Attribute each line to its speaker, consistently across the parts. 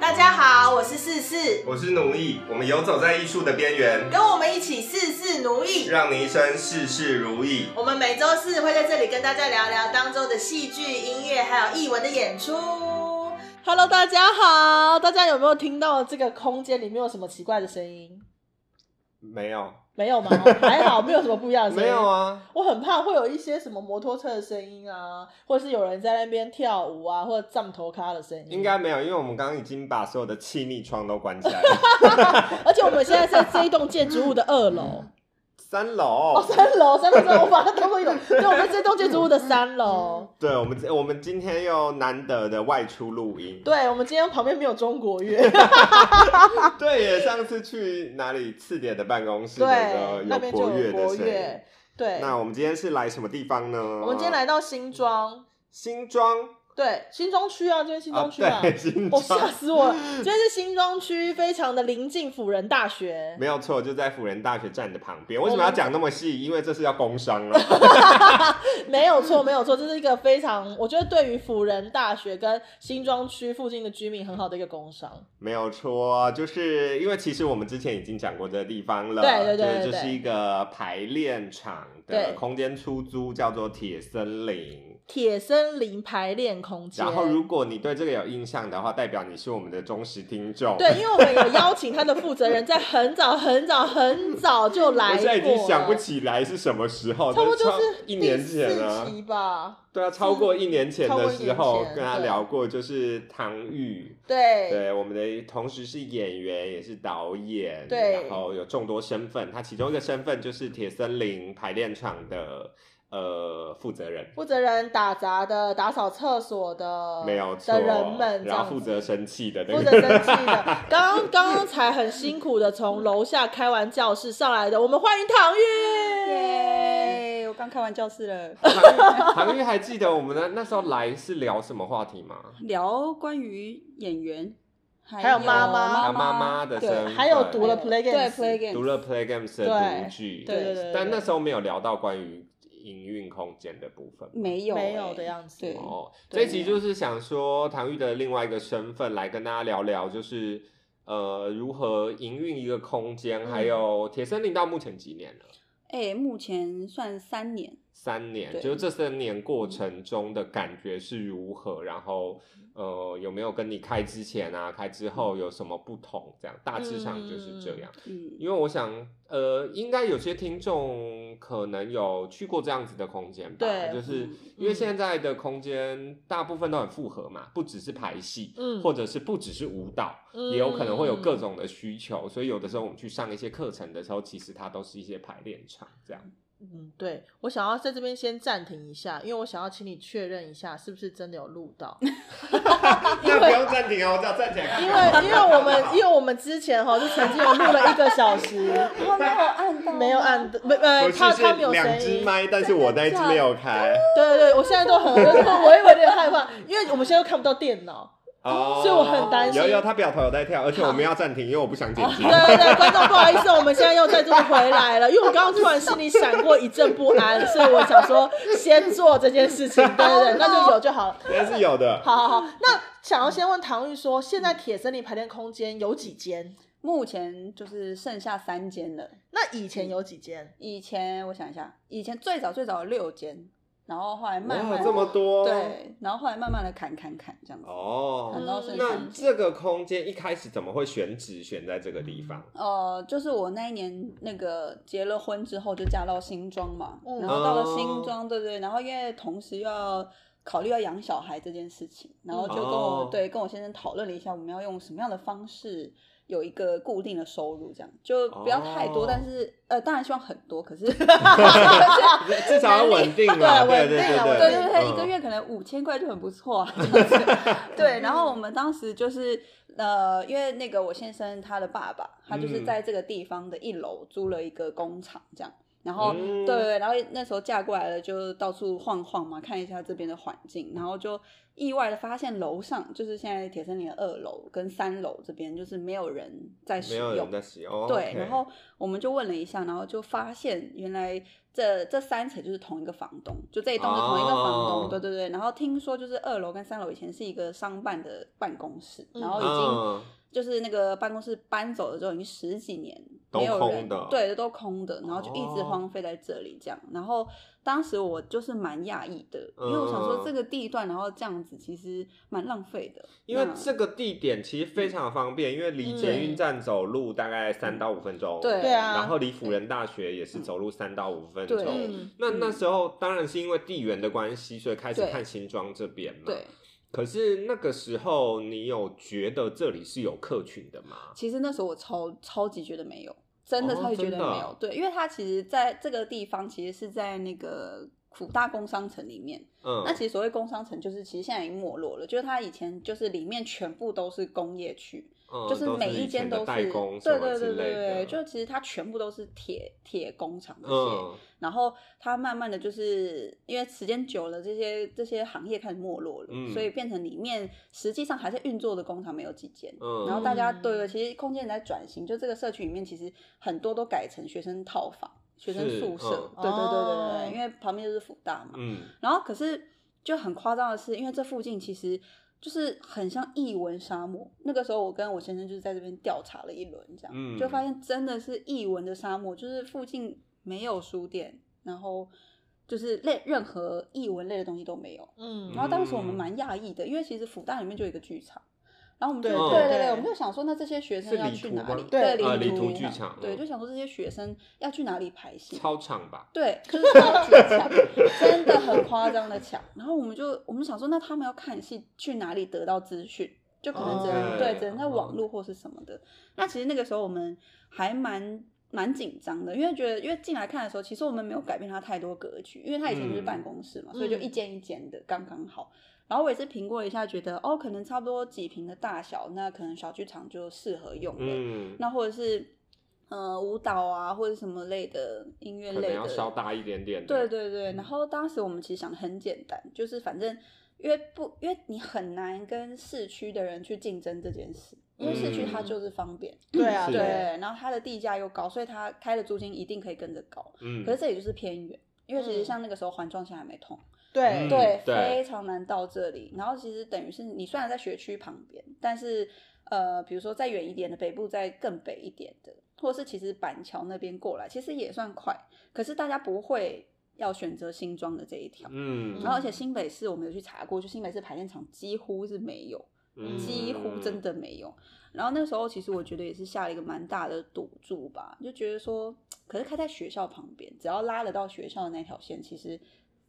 Speaker 1: 大家好，我是四四，
Speaker 2: 我是奴役，我们游走在艺术的边缘，
Speaker 1: 跟我们一起事事奴役。
Speaker 2: 让你一生事事如意。
Speaker 1: 我们每周四会在这里跟大家聊聊当周的戏剧、音乐还有艺文的演出。Hello，大家好，大家有没有听到这个空间里面有什么奇怪的声音？
Speaker 2: 没有，
Speaker 1: 没有吗？还好， 没有什么不一样的声音。
Speaker 2: 没有。啊，
Speaker 1: 我很怕会有一些什么摩托车的声音啊，或是有人在那边跳舞啊，或者藏头咖的声音。
Speaker 2: 应该没有，因为我们刚刚已经把所有的气密窗都关起来了。
Speaker 1: 而且我们现在在这一栋建筑物的二楼，
Speaker 2: 三
Speaker 1: 哦，
Speaker 2: 楼，
Speaker 1: 三楼，三楼，三楼，我把它当做一楼，对，我们这栋建筑物的三楼。
Speaker 2: 对，我们我们今天又难得的外出录音。
Speaker 1: 对，我们今天旁边没有中国 乐，
Speaker 2: 对耶，上次去哪里次点的办公室
Speaker 1: 啊对，
Speaker 2: 那
Speaker 1: 那
Speaker 2: 个有
Speaker 1: 边就
Speaker 2: 国乐
Speaker 1: 有
Speaker 2: 的
Speaker 1: 国
Speaker 2: 声音。
Speaker 1: 乐。对，
Speaker 2: 那我们今天是来什么地方呢？
Speaker 1: 我们今天来到新庄，
Speaker 2: 新庄，
Speaker 1: 对，新庄区啊，这边新
Speaker 2: 啊
Speaker 1: 庄区啊，
Speaker 2: 对，新
Speaker 1: 我吓、
Speaker 2: 庄，
Speaker 1: 死我了，这边是新庄区，非常的临近辅仁大学。
Speaker 2: 没有错，就在辅仁大学站的旁边。为什
Speaker 1: 我
Speaker 2: 么要
Speaker 1: 们
Speaker 2: 讲那么细？因为这是要工商啊了。
Speaker 1: 没有错，没有错，这是一个非常，我觉得对于辅仁大学跟新庄区附近的居民很好的一个工商。
Speaker 2: 没有错，就是因为其实我们之前已经讲过这个地方了，
Speaker 1: 对对对
Speaker 2: 就
Speaker 1: 对
Speaker 2: 是这是一个排练场的
Speaker 1: 对
Speaker 2: 空间出租，叫做铁森林。
Speaker 1: 铁森林排练空间。
Speaker 2: 然后，如果你对这个有印象的话，代表你是我们的忠实听众。
Speaker 1: 对，因为我们有邀请他的负责人，在很早很早很早就来
Speaker 2: 我
Speaker 1: 过
Speaker 2: 现在已经想不
Speaker 1: 了
Speaker 2: 起来是什么时候，
Speaker 1: 差不多
Speaker 2: 但
Speaker 1: 就
Speaker 2: 超
Speaker 1: 是
Speaker 2: 一年
Speaker 1: 第四
Speaker 2: 前啊。
Speaker 1: 集吧。
Speaker 2: 对啊，超过一年前
Speaker 1: 超过
Speaker 2: 的
Speaker 1: 一年
Speaker 2: 时候
Speaker 1: 前
Speaker 2: 跟他
Speaker 1: 对
Speaker 2: 聊过，就是唐钰，
Speaker 1: 对
Speaker 2: 对，我们的同时是演员，也是导演，
Speaker 1: 对
Speaker 2: 然后有众多身份。他其中一个身份就是铁森林排练场的呃负责人，
Speaker 1: 负责人打杂的、打扫厕所的，
Speaker 2: 没有错，
Speaker 1: 的人们这
Speaker 2: 然
Speaker 1: 样
Speaker 2: 后
Speaker 1: 子
Speaker 2: 负责生气的那
Speaker 1: 负
Speaker 2: 个
Speaker 1: 责生气的。刚刚刚刚才很辛苦的从楼下开完教室上来的，我们欢迎唐钰。
Speaker 3: 耶！我刚开完教室了，
Speaker 2: 人。唐玉还 记得我们那那时候来是聊什么话题吗？
Speaker 3: 聊关于演员，还
Speaker 1: 还有妈
Speaker 3: 妈
Speaker 1: 呃妈
Speaker 2: 啊，妈
Speaker 3: 妈
Speaker 2: 妈的
Speaker 1: 对
Speaker 2: 身份，
Speaker 1: 还有读了 Play
Speaker 3: 对
Speaker 1: Games
Speaker 3: play game，
Speaker 2: 读了 Play Games 的
Speaker 1: 对
Speaker 2: 独剧，
Speaker 1: 对对对对
Speaker 2: 但
Speaker 1: 对
Speaker 2: 那时候没有聊到关于营运空间的部分。
Speaker 3: 没有
Speaker 1: 没
Speaker 3: 欸
Speaker 1: 有的样子
Speaker 3: 对，
Speaker 2: 哦，这
Speaker 3: 对
Speaker 2: 一集就是想说唐钰的另外一个身份来跟大家聊聊，就是呃如何营运一个空间，
Speaker 1: 嗯
Speaker 2: 还有铁森林到目前几年了？
Speaker 3: 哎，目前算三年，
Speaker 2: 三年，
Speaker 3: 对嗯
Speaker 2: 就是这三年过程中的感觉是如何？然后呃有没有跟你开之前啊、开之后有什么不同？这样大致上就是这样。
Speaker 3: 嗯，
Speaker 2: 因为我想，呃，应该有些听众可能有去过这样子的空间吧，
Speaker 1: 对
Speaker 2: 就是
Speaker 3: 嗯
Speaker 2: 因为现在的空间大部分都很复合嘛，不只是排戏，
Speaker 1: 嗯
Speaker 2: 或者是不只是舞蹈，也有可能会有各种的需求，所以有的时候我们去上一些课程的时候，其实它都是一些排练场这样。
Speaker 1: 嗯，对，我想要在这边先暂停一下，因为我想要请你确认一下，是不是真的有录到？
Speaker 2: 那不用暂停哦，我只要站起来
Speaker 1: 因为因为我们因为我们之前哈就曾经有录了一个小时，
Speaker 3: 我没有按到，
Speaker 1: 哦没有，按没 呃，他他没有声音。
Speaker 2: 麦，但是我那一只没有开，
Speaker 1: 对对对，我现在都很，我我有点害怕，因为我们现在都看不到电脑。
Speaker 2: 哦
Speaker 1: 所以我很担心哦
Speaker 2: 有有，他表头有在跳，而且我们要暂停，因为我不想剪辑
Speaker 1: 对。对对，观众不好意思，我们现在又再度回来了，因为我刚刚突然心里闪过一阵不安，所以我想说先做这件事情，对对对，那就有就 好了。
Speaker 2: 但是有的，
Speaker 1: 好好好，那想要先问唐钰说，现在铁森林排练空间有几间？
Speaker 3: 目前就是剩下三间了。
Speaker 1: 那以前有几间？
Speaker 3: 以前我想一下，以前最早最早有六间，然后后来慢
Speaker 2: 哇，
Speaker 3: 慢
Speaker 2: 这么多，，
Speaker 3: 对，然后后来慢慢的砍砍砍这样子，砍
Speaker 2: 哦。
Speaker 3: 到剩
Speaker 1: 嗯
Speaker 2: 那
Speaker 3: 三间。
Speaker 2: 这个空间一开始怎么会选址选在这个地方？
Speaker 3: 呃，就是我那一年那个结了婚之后就嫁到新庄嘛，
Speaker 1: 嗯
Speaker 3: 然后到了
Speaker 2: 哦
Speaker 3: 新庄，对对，然后因为同时又要考虑要养小孩这件事情，然后就跟我、
Speaker 2: 哦
Speaker 3: 对跟我先生讨论了一下，我们要用什么样的方式有一个固定的收入，这样就不要太
Speaker 2: 哦
Speaker 3: 多，但是呃，当然希望很多，可是哦
Speaker 2: 至少要稳定嘛，
Speaker 1: 对
Speaker 2: 对对
Speaker 1: 稳定啊
Speaker 2: 对
Speaker 3: 欸 对对对，
Speaker 2: 嗯
Speaker 3: 一个月可能五千块就很不 错、啊，这样子对，然后我们当时就是呃，因为那个我先生他的爸爸，他就是
Speaker 2: 嗯
Speaker 3: 在这个地方的一楼租了一个工厂这样。然后、
Speaker 2: 嗯
Speaker 3: 对，然后那时候嫁过来了，就到处晃晃嘛，看一下这边的环境，然后就意外的发现楼上就是现在铁森林的二楼跟三楼这边就是没有人在使
Speaker 2: 没有
Speaker 3: 用
Speaker 2: 人，在使用。
Speaker 3: 对，
Speaker 2: OK
Speaker 3: 然后我们就问了一下，然后就发现原来这这三层就是同一个房东，就这一栋是同一个房东，
Speaker 2: 哦
Speaker 3: 对对对。然后听说就是二楼跟三楼以前是一个商办的办公室，
Speaker 1: 嗯
Speaker 3: 然后已经
Speaker 2: 嗯，
Speaker 3: 就是那个办公室搬走了之后，已经十几年
Speaker 2: 都
Speaker 3: 没有人
Speaker 2: 空的
Speaker 3: 对，都空的，然后就一直
Speaker 2: 哦
Speaker 3: 荒废在这里这样。然后当时我就是蛮讶异的，因为我想说
Speaker 2: 嗯
Speaker 3: 这个地段，然后这样子其实蛮浪费的，
Speaker 2: 因为
Speaker 3: 那嗯
Speaker 2: 这个地点其实非常方便，因为离捷运站走路大概三到五分钟。
Speaker 3: 对
Speaker 1: 对啊
Speaker 2: 然后离辅仁大学也是走路三到五分
Speaker 3: 对
Speaker 2: 钟。
Speaker 1: 嗯，
Speaker 2: 那
Speaker 3: 嗯
Speaker 2: 那时候当然是因为地缘的关系，所以开始
Speaker 3: 对
Speaker 2: 看新庄这边嘛。
Speaker 3: 对。
Speaker 2: 可是那个时候，你有觉得这里是有客群的吗？
Speaker 3: 其实那时候我超超级觉得没有，真的
Speaker 2: 哦
Speaker 3: 超级觉得
Speaker 2: 真的啊
Speaker 3: 没有。对，因为它其实在这个地方其实是在那个苦大工商城里面。
Speaker 2: 嗯，
Speaker 3: 那其实所谓工商城，就是其实现在已经没落了，就是它以前就是里面全部都是工业区，
Speaker 2: 嗯
Speaker 3: 就是
Speaker 2: 都
Speaker 3: 每
Speaker 2: 以
Speaker 3: 一
Speaker 2: 前
Speaker 3: 间
Speaker 2: 的
Speaker 3: 都是
Speaker 2: 代工什
Speaker 3: 对
Speaker 2: 么
Speaker 3: 对
Speaker 2: 之
Speaker 3: 对
Speaker 2: 类
Speaker 3: 对
Speaker 2: 的，
Speaker 3: 对，就其实它全部都是铁铁工厂那些。
Speaker 2: 嗯
Speaker 3: 然后它慢慢的就是因为时间久了，这些这些行业开始没落了，
Speaker 2: 嗯
Speaker 3: 所以变成里面实际上还在运作的工厂没有几间。
Speaker 2: 嗯，
Speaker 3: 然后大家
Speaker 1: 嗯
Speaker 3: 对对，其实空间也在转型，就这个社区里面其实很多都改成学生套房、学生
Speaker 2: 是
Speaker 3: 宿舍，
Speaker 1: 嗯
Speaker 3: 对对对对对
Speaker 1: 哦
Speaker 3: 对，因为旁边就是福大嘛。
Speaker 2: 嗯
Speaker 3: 然后可是就很夸张的是，因为这附近其实就是很像异文沙漠。那个时候我跟我先生就是在这边调查了一轮，这样、
Speaker 2: 嗯
Speaker 3: 就发现真的是异文的沙漠，就是附近没有书店，然后就是类任何异文类的东西都没有。
Speaker 1: 嗯
Speaker 3: 然后当时我们蛮讶异的，因为其实复旦里面就有一个剧场，然后我们就
Speaker 1: 对
Speaker 3: 对
Speaker 2: 对
Speaker 3: 对对
Speaker 1: 对
Speaker 3: 我们就想说，那这些学生
Speaker 2: 是
Speaker 3: 要
Speaker 2: 礼
Speaker 3: 去
Speaker 2: 图
Speaker 3: 哪
Speaker 2: 吗
Speaker 3: 里？
Speaker 1: 对
Speaker 2: 啊礼
Speaker 3: 礼
Speaker 2: 图
Speaker 3: 图
Speaker 2: 剧场
Speaker 3: 对，
Speaker 2: 嗯
Speaker 3: 就想说这些学生要去哪里排戏？
Speaker 2: 超长吧，
Speaker 3: 对，就是超级强，真的很夸张的强。然后我们就我们想说，那他们要看戏去哪里得到资讯？就可能只能、
Speaker 1: 哦
Speaker 3: 对，只
Speaker 2: 嗯
Speaker 3: 能在网络或是什么的。那其实那个时候我们还蛮蛮紧张的，因为觉得因为进来看的时候，其实我们没有改变它太多格局，因为它以前就是
Speaker 2: 嗯
Speaker 3: 办公室嘛，所以就
Speaker 1: 嗯
Speaker 3: 一间一间的刚刚好。然后我也是评估了一下，觉得哦，可能差不多几平的大小，那可能小剧场就适合用了。
Speaker 2: 嗯，
Speaker 3: 那或者是呃舞蹈啊，或者什么类的音乐
Speaker 2: 可能
Speaker 3: 类
Speaker 2: 要
Speaker 3: 的，
Speaker 2: 稍大一点点的，
Speaker 3: 对对对，然后当时我们其实想的很简单，就是反正因为不因为你很难跟市区的人去竞争这件事，因为市区它
Speaker 1: 嗯
Speaker 3: 就是方便，
Speaker 1: 对啊，
Speaker 2: 是
Speaker 3: 对，
Speaker 1: 对，
Speaker 3: 然后它的地价又高，所以它开的租金一定可以跟着高。
Speaker 2: 嗯，
Speaker 3: 可是这里就是偏远，因为其实
Speaker 1: 嗯
Speaker 3: 像那个时候环状线还没通，
Speaker 1: 对
Speaker 2: 嗯
Speaker 3: 对，
Speaker 2: 对
Speaker 3: 非常难到这里。然后其实等于是你虽然在学区旁边，但是呃，比如说再远一点的北部，再更北一点的，或是其实板桥那边过来，其实也算快。可是大家不会要选择新庄的这一条。
Speaker 2: 嗯，
Speaker 3: 然后，而且新北市我们有去查过，就新北市排练场几乎是没有，
Speaker 2: 嗯
Speaker 3: 几乎真的没有。然后那时候其实我觉得也是下了一个蛮大的赌注吧，就觉得说，可是开在学校旁边，只要拉得到学校的那条线，其实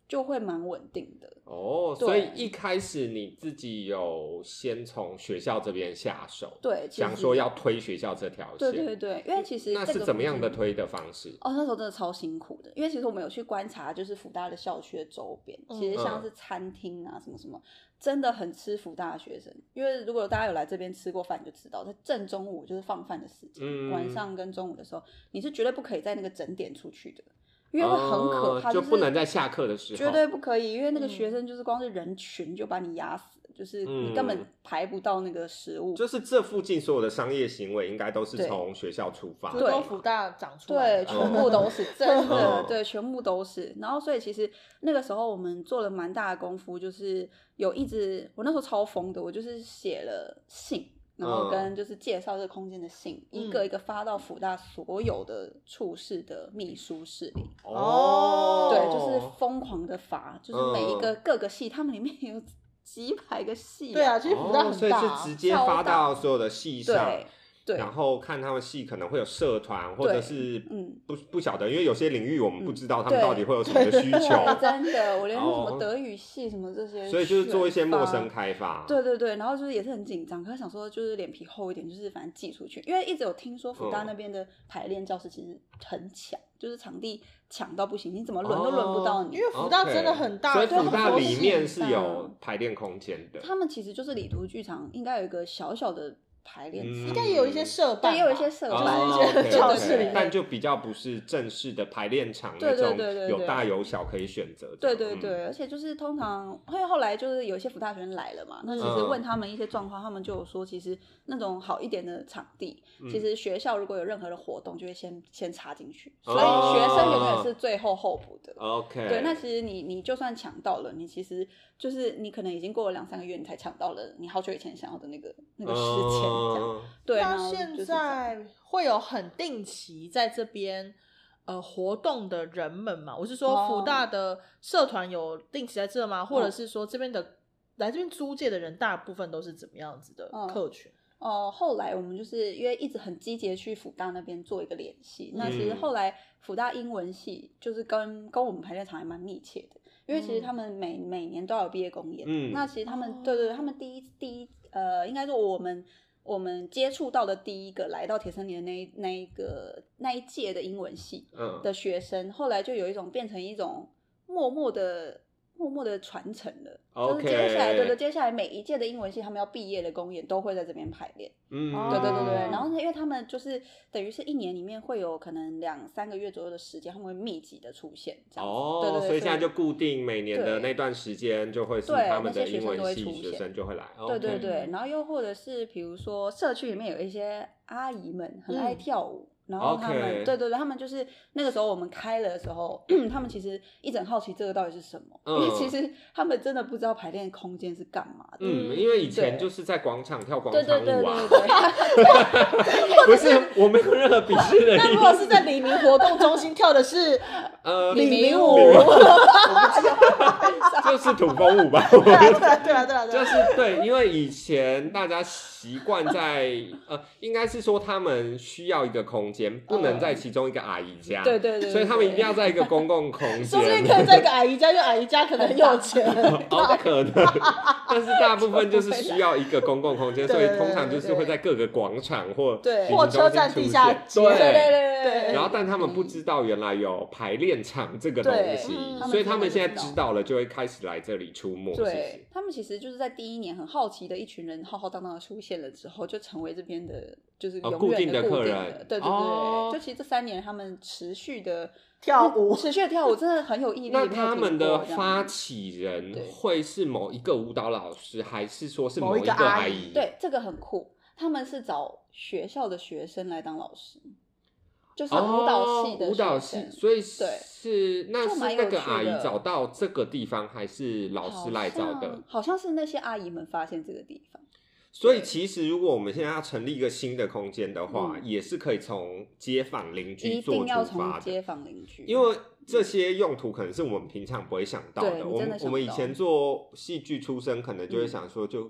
Speaker 3: 就会蛮稳定的。
Speaker 2: 哦，
Speaker 3: 对
Speaker 2: 所以一开始你自己有先从学校这边下手，
Speaker 3: 对，其
Speaker 2: 想
Speaker 3: 实
Speaker 2: 说要推学校这条线，
Speaker 3: 对对对，因为其实
Speaker 2: 那
Speaker 3: 这
Speaker 2: 是
Speaker 3: 个
Speaker 2: 怎
Speaker 3: 附
Speaker 2: 么样的
Speaker 3: 近？
Speaker 2: 推的方式？
Speaker 3: 哦，那时候真的超辛苦的，因为其实我们有去观察，就是福大的校区的周边，其实
Speaker 2: 嗯
Speaker 3: 像是餐厅啊什么什么，真的很吃福大的学生。因为如果大家有来这边吃过饭，你就知道，在正中午就是放饭的时间，
Speaker 2: 嗯
Speaker 3: 晚上跟中午的时候，你是绝对不可以在那个整点出去的，因为会很可怕，
Speaker 2: 哦就是不能在下课的时候，
Speaker 3: 绝对不可以，因为那个学
Speaker 1: 嗯
Speaker 3: 生就是光是人群就把你压死了，就是你根
Speaker 2: 嗯
Speaker 3: 本排不到那个食物。
Speaker 2: 就是这附近所有的商业行为应该都是
Speaker 3: 对
Speaker 2: 从学校出发，
Speaker 1: 就都福大长出来的，
Speaker 3: 对，全部 都是真的
Speaker 2: 嗯，
Speaker 3: 对，全部都是。然后，所以其实那个时候我们做了蛮大的功夫，就是有一直我那时候超疯的，我就是写了信，然后
Speaker 2: 嗯
Speaker 3: 跟就是介绍这个空间的信，
Speaker 1: 嗯
Speaker 3: 一个一个发到辅大所有的处室的秘书室里。
Speaker 1: 哦
Speaker 3: 对，就是疯狂的发，就是每一
Speaker 2: 嗯
Speaker 3: 个各个系，他们里面有几百个系、
Speaker 1: 对啊，，其实福大
Speaker 2: 哦所
Speaker 1: 很
Speaker 2: 以
Speaker 1: 大
Speaker 2: 是
Speaker 1: 啊，
Speaker 2: 直接
Speaker 3: 超
Speaker 2: 发
Speaker 3: 大
Speaker 2: 到所有的系上
Speaker 3: 对，对，
Speaker 2: 然后看他们系可能会有社团，或者
Speaker 3: 对
Speaker 2: 是
Speaker 3: 嗯
Speaker 2: 不不晓得，因为有些领域我们不知道他们
Speaker 3: 对
Speaker 2: 到底会有什么的需
Speaker 3: 对
Speaker 2: 求，
Speaker 3: 真的，我连什
Speaker 2: 哦
Speaker 3: 么德语系什么这些，
Speaker 2: 所以就是做一些陌生。开发。
Speaker 3: 对对对，然后就是也是很紧张，可是想说就是脸皮厚一点，就是反正寄出去，因为一直有听说福大
Speaker 2: 嗯
Speaker 3: 那边的排练教室其实很抢，就是场地抢到不行，你怎么轮都轮不
Speaker 2: 哦
Speaker 3: 到你。
Speaker 1: 因为福大
Speaker 2: OK，
Speaker 1: 真的很大，
Speaker 2: 所以
Speaker 1: 对
Speaker 2: 福大
Speaker 1: 很多
Speaker 2: 里
Speaker 1: 系
Speaker 2: 面是
Speaker 3: 大
Speaker 2: 有排练空间的。
Speaker 3: 他们其实就是里图剧场应该有一个小小的排练场，
Speaker 2: 嗯
Speaker 1: 应该也有一些社办吧，
Speaker 3: 对，也有一些社
Speaker 1: 就是
Speaker 3: 办，
Speaker 1: 一
Speaker 2: 哦
Speaker 1: 些
Speaker 2: OK，OK，
Speaker 1: 教室里面
Speaker 2: 但就比较不是正式的排练场
Speaker 3: 对
Speaker 2: 那
Speaker 3: 对
Speaker 2: 种
Speaker 3: 对对，
Speaker 2: 有
Speaker 3: 对
Speaker 2: 大有小可以选择这
Speaker 3: 对
Speaker 2: 样。嗯
Speaker 3: 对对，而且就是通常，因为后来就是有一些福大学生来了嘛，那其实
Speaker 2: 嗯
Speaker 3: 问他们一些状况，他们就有说，其实那种好一点的场地，
Speaker 2: 嗯
Speaker 3: 其实学校如果有任何的活动，就会先先插进去，
Speaker 2: 哦
Speaker 3: 所以学生永远是最后候补的。
Speaker 2: OK，
Speaker 3: 对，那其实你你就算抢到了，你其实就是你可能已经过了两三个月，你才抢到了你好久以前想要的那个那个时间，这
Speaker 2: 嗯
Speaker 3: 样。对，然
Speaker 1: 那
Speaker 3: 后就
Speaker 1: 现
Speaker 3: 是这样
Speaker 1: 在会有很定期在这边呃活动的人们嘛？我是说
Speaker 3: 哦
Speaker 1: 福大的社团有定期在这吗？或者
Speaker 3: 嗯
Speaker 1: 是说这边的来这边租借的人，大部分都是怎么样子的
Speaker 3: 嗯
Speaker 1: 客群？
Speaker 3: 呃，后来我们就是因为一直很积极地去辅大那边做一个联系，那其实
Speaker 2: 嗯
Speaker 3: 后来辅大英文系就是跟跟我们排练场还蛮密切的，因为其
Speaker 1: 嗯
Speaker 3: 实他们每每年都要有毕业公演，
Speaker 2: 嗯
Speaker 3: 那其实他们、对对，对他们第一第一呃，应该说我们。我们接触到的第一个来到铁森林的那一那一个那一届的英文系
Speaker 2: 嗯
Speaker 3: 的学生，后来就有一种变成一种默默的、默默的传承了。就是接下来，对
Speaker 2: OK
Speaker 3: 对，接下来每一届的英文系他们要毕业的公演都会在这边排练。
Speaker 2: 嗯，
Speaker 3: 对对对对，
Speaker 1: 哦
Speaker 3: 然后呢，因为他们就是等于是一年里面会有可能两三个月左右的时间，他们会密集的出现这样子。
Speaker 2: 哦
Speaker 3: 对对，对，
Speaker 2: 所以现在就固定每年的
Speaker 3: 对
Speaker 2: 那段时间，就会是
Speaker 3: 对
Speaker 2: 他们
Speaker 3: 那
Speaker 2: 的
Speaker 3: 些学
Speaker 2: 英
Speaker 3: 生
Speaker 2: 文
Speaker 3: 都会
Speaker 2: 系
Speaker 3: 出
Speaker 2: 学
Speaker 3: 现
Speaker 2: 生就会来。
Speaker 3: 对
Speaker 2: OK
Speaker 3: 对对，然后又或者是比如说社区里面有一些阿姨们很爱
Speaker 1: 嗯
Speaker 3: 跳舞。然后他们
Speaker 2: OK
Speaker 3: 对对对，他们就是那个时候我们开了的时候， 他们其实一直很好奇这个到底是什么，因为
Speaker 2: 嗯
Speaker 3: 其实他们真的不知道排练空间是干嘛的。
Speaker 2: 嗯，因为以前
Speaker 3: 对
Speaker 2: 就是在广场跳广
Speaker 3: 对
Speaker 2: 场
Speaker 3: 对对
Speaker 2: 舞啊
Speaker 3: 对，对。
Speaker 2: 不是我没有任何鄙视的意
Speaker 1: 那如 果
Speaker 2: 思。
Speaker 1: 是在黎明活动中心跳的是
Speaker 2: 呃，
Speaker 1: 李明
Speaker 3: 舞
Speaker 1: 舞，
Speaker 2: 就是土风舞吧，我
Speaker 1: 对啊对啊对啊对啊对
Speaker 2: 就
Speaker 1: 啊，
Speaker 2: 是对，因为以前大家习惯在呃，应该是说他们需要一个空间，不能在其中一个阿姨家，
Speaker 3: 嗯对对对对
Speaker 2: 所以他们一定要在一个公共空
Speaker 1: 说不定
Speaker 2: 间。
Speaker 1: 可以在一个阿姨家，因为阿姨家可能很有 钱，
Speaker 2: 哦，不可能， 但是大部分就是需要一个公共空 间，
Speaker 1: 对
Speaker 2: 所
Speaker 1: 对
Speaker 2: 以通常就是会在各个广场或
Speaker 3: 对
Speaker 2: 旅行
Speaker 1: 或车
Speaker 2: 中心
Speaker 1: 站
Speaker 2: 出
Speaker 1: 地下
Speaker 2: 现
Speaker 1: 街
Speaker 3: 对对
Speaker 2: 对。
Speaker 3: 对对对对。
Speaker 2: 然后，但他们不知道原来有排练场这个东
Speaker 3: 对
Speaker 2: 西
Speaker 1: 嗯，
Speaker 2: 所以他
Speaker 3: 他
Speaker 2: 们
Speaker 3: 们
Speaker 2: 现
Speaker 3: 真
Speaker 2: 在
Speaker 3: 的不知道
Speaker 2: 知道了，就会开始来这里出没。其实
Speaker 3: 对他们其实就是在第一年很好奇的一群人浩浩荡荡的出现了之后，就成为这边的，就是
Speaker 2: 哦
Speaker 3: 永远
Speaker 2: 固定的
Speaker 3: 的
Speaker 2: 客
Speaker 3: 定
Speaker 2: 人
Speaker 3: 对对对，
Speaker 2: 哦
Speaker 3: 就其实这三年他们持续的
Speaker 1: 跳舞
Speaker 3: 持续的跳舞真的很有毅力。
Speaker 2: 那
Speaker 3: 没有
Speaker 2: 他
Speaker 3: 停
Speaker 2: 们的
Speaker 3: 过这样
Speaker 2: 发起人
Speaker 3: 对
Speaker 2: 会是某一个舞蹈老师，还是说是
Speaker 1: 某
Speaker 2: 某
Speaker 1: 一
Speaker 2: 一
Speaker 1: 个
Speaker 2: 个
Speaker 1: 阿
Speaker 2: 阿
Speaker 1: 姨
Speaker 2: 姨？，
Speaker 3: 对这个很酷，他们是找学校的学生来当老师，就是舞蹈系的
Speaker 2: 哦、舞蹈系
Speaker 3: 学，生
Speaker 2: 所以是
Speaker 3: 对
Speaker 2: 是那
Speaker 3: 就蛮
Speaker 2: 是
Speaker 3: 有
Speaker 2: 那个
Speaker 3: 趣
Speaker 2: 阿姨
Speaker 3: 的
Speaker 2: 找到这个地方，还是老师来找
Speaker 3: 好
Speaker 2: 的
Speaker 3: 像？好像是那些阿姨们发现这个地方。
Speaker 2: 所以其实如果我们现在要成立一个新的空间的话，
Speaker 3: 嗯
Speaker 2: 也是可以从街坊邻居
Speaker 3: 一
Speaker 2: 做
Speaker 3: 定要
Speaker 2: 出
Speaker 3: 从
Speaker 2: 发的
Speaker 3: 街。坊邻居，
Speaker 2: 因为这些用途可能是我们平常不会想到
Speaker 3: 对
Speaker 2: 的。
Speaker 3: 你
Speaker 2: 我们
Speaker 3: 真的
Speaker 2: 我
Speaker 3: 想
Speaker 2: 们以
Speaker 3: 不到
Speaker 2: 前做戏剧出身，可能就会
Speaker 3: 嗯
Speaker 2: 想说就，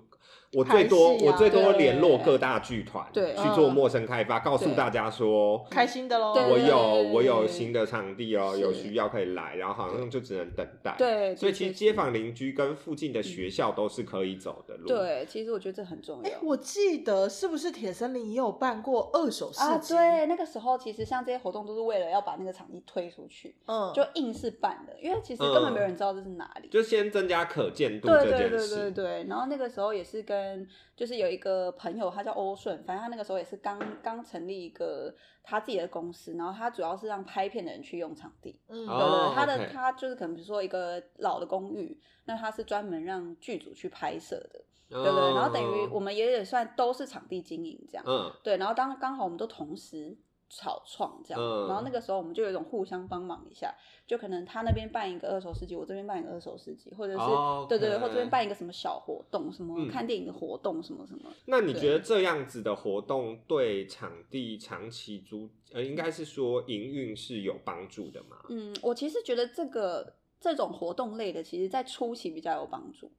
Speaker 2: 我
Speaker 1: 排
Speaker 2: 最多、
Speaker 1: 戏
Speaker 2: 我
Speaker 1: 啊
Speaker 2: 最多
Speaker 3: 对
Speaker 2: 联络各大剧团，
Speaker 3: 对
Speaker 2: 去做
Speaker 1: 嗯
Speaker 2: 陌生开发，告诉
Speaker 3: 对
Speaker 2: 大家说。
Speaker 1: 开心的喽。
Speaker 3: 对
Speaker 2: 我
Speaker 3: 对
Speaker 2: 有
Speaker 3: 对对
Speaker 2: 我有
Speaker 3: 对
Speaker 2: 新的场地哦，有
Speaker 3: 是
Speaker 2: 需要可以来，然后好像就只能等待。，
Speaker 3: 对，
Speaker 2: 所以
Speaker 3: 的
Speaker 2: 其
Speaker 3: 确
Speaker 2: 实街
Speaker 3: 是
Speaker 2: 坊邻居跟附近的学校都是可以走的路。，
Speaker 3: 对，其实我觉得这很重
Speaker 1: 哎
Speaker 3: 要，。
Speaker 1: 我记得是不是铁森林也有办过二手市
Speaker 3: 啊，
Speaker 1: 集？，
Speaker 3: 对，那个时候其实像这些活动都是为了要把那个场地推出去，
Speaker 1: 嗯，
Speaker 3: 就硬是办的，因为其实根本没有人知道这是哪里。
Speaker 2: 嗯就先增加可见度
Speaker 3: 对
Speaker 2: 这
Speaker 3: 对
Speaker 2: 件
Speaker 3: 对对
Speaker 2: 事。
Speaker 3: 对，然后那个时候也是跟，就是有一个朋友，他叫欧顺，反正他那个时候也是刚刚成立一个他自己的公司，然后他主要是让拍片的人去用场地，
Speaker 1: 嗯
Speaker 3: 对对
Speaker 2: 哦
Speaker 3: 对，他的
Speaker 2: OK
Speaker 3: 他就是可能比如说一个老的公寓，那他是专门让剧组去拍摄的，
Speaker 2: 对
Speaker 3: 对对，然后等于我们也也算都是场地经营这样，
Speaker 2: 嗯
Speaker 3: 对，然后当刚好我们都同时草创这样，
Speaker 2: 嗯
Speaker 3: 然后那个时候我们就有一种互相帮忙一下，就可能他那边办一个二手市集，我这边办一个二手市集，或者是、
Speaker 2: 哦
Speaker 3: 对对对，或
Speaker 2: OK
Speaker 3: 这边办一个什么小活动，什么
Speaker 2: 嗯
Speaker 3: 看电影的活动，什么什么，
Speaker 2: 那你
Speaker 3: 对
Speaker 2: 觉得这样子的活动对场地长期租，呃，应该是说营运是有帮助的吗？
Speaker 3: 嗯，我其实觉得这个这种活动类的，其实在初期比较有帮助，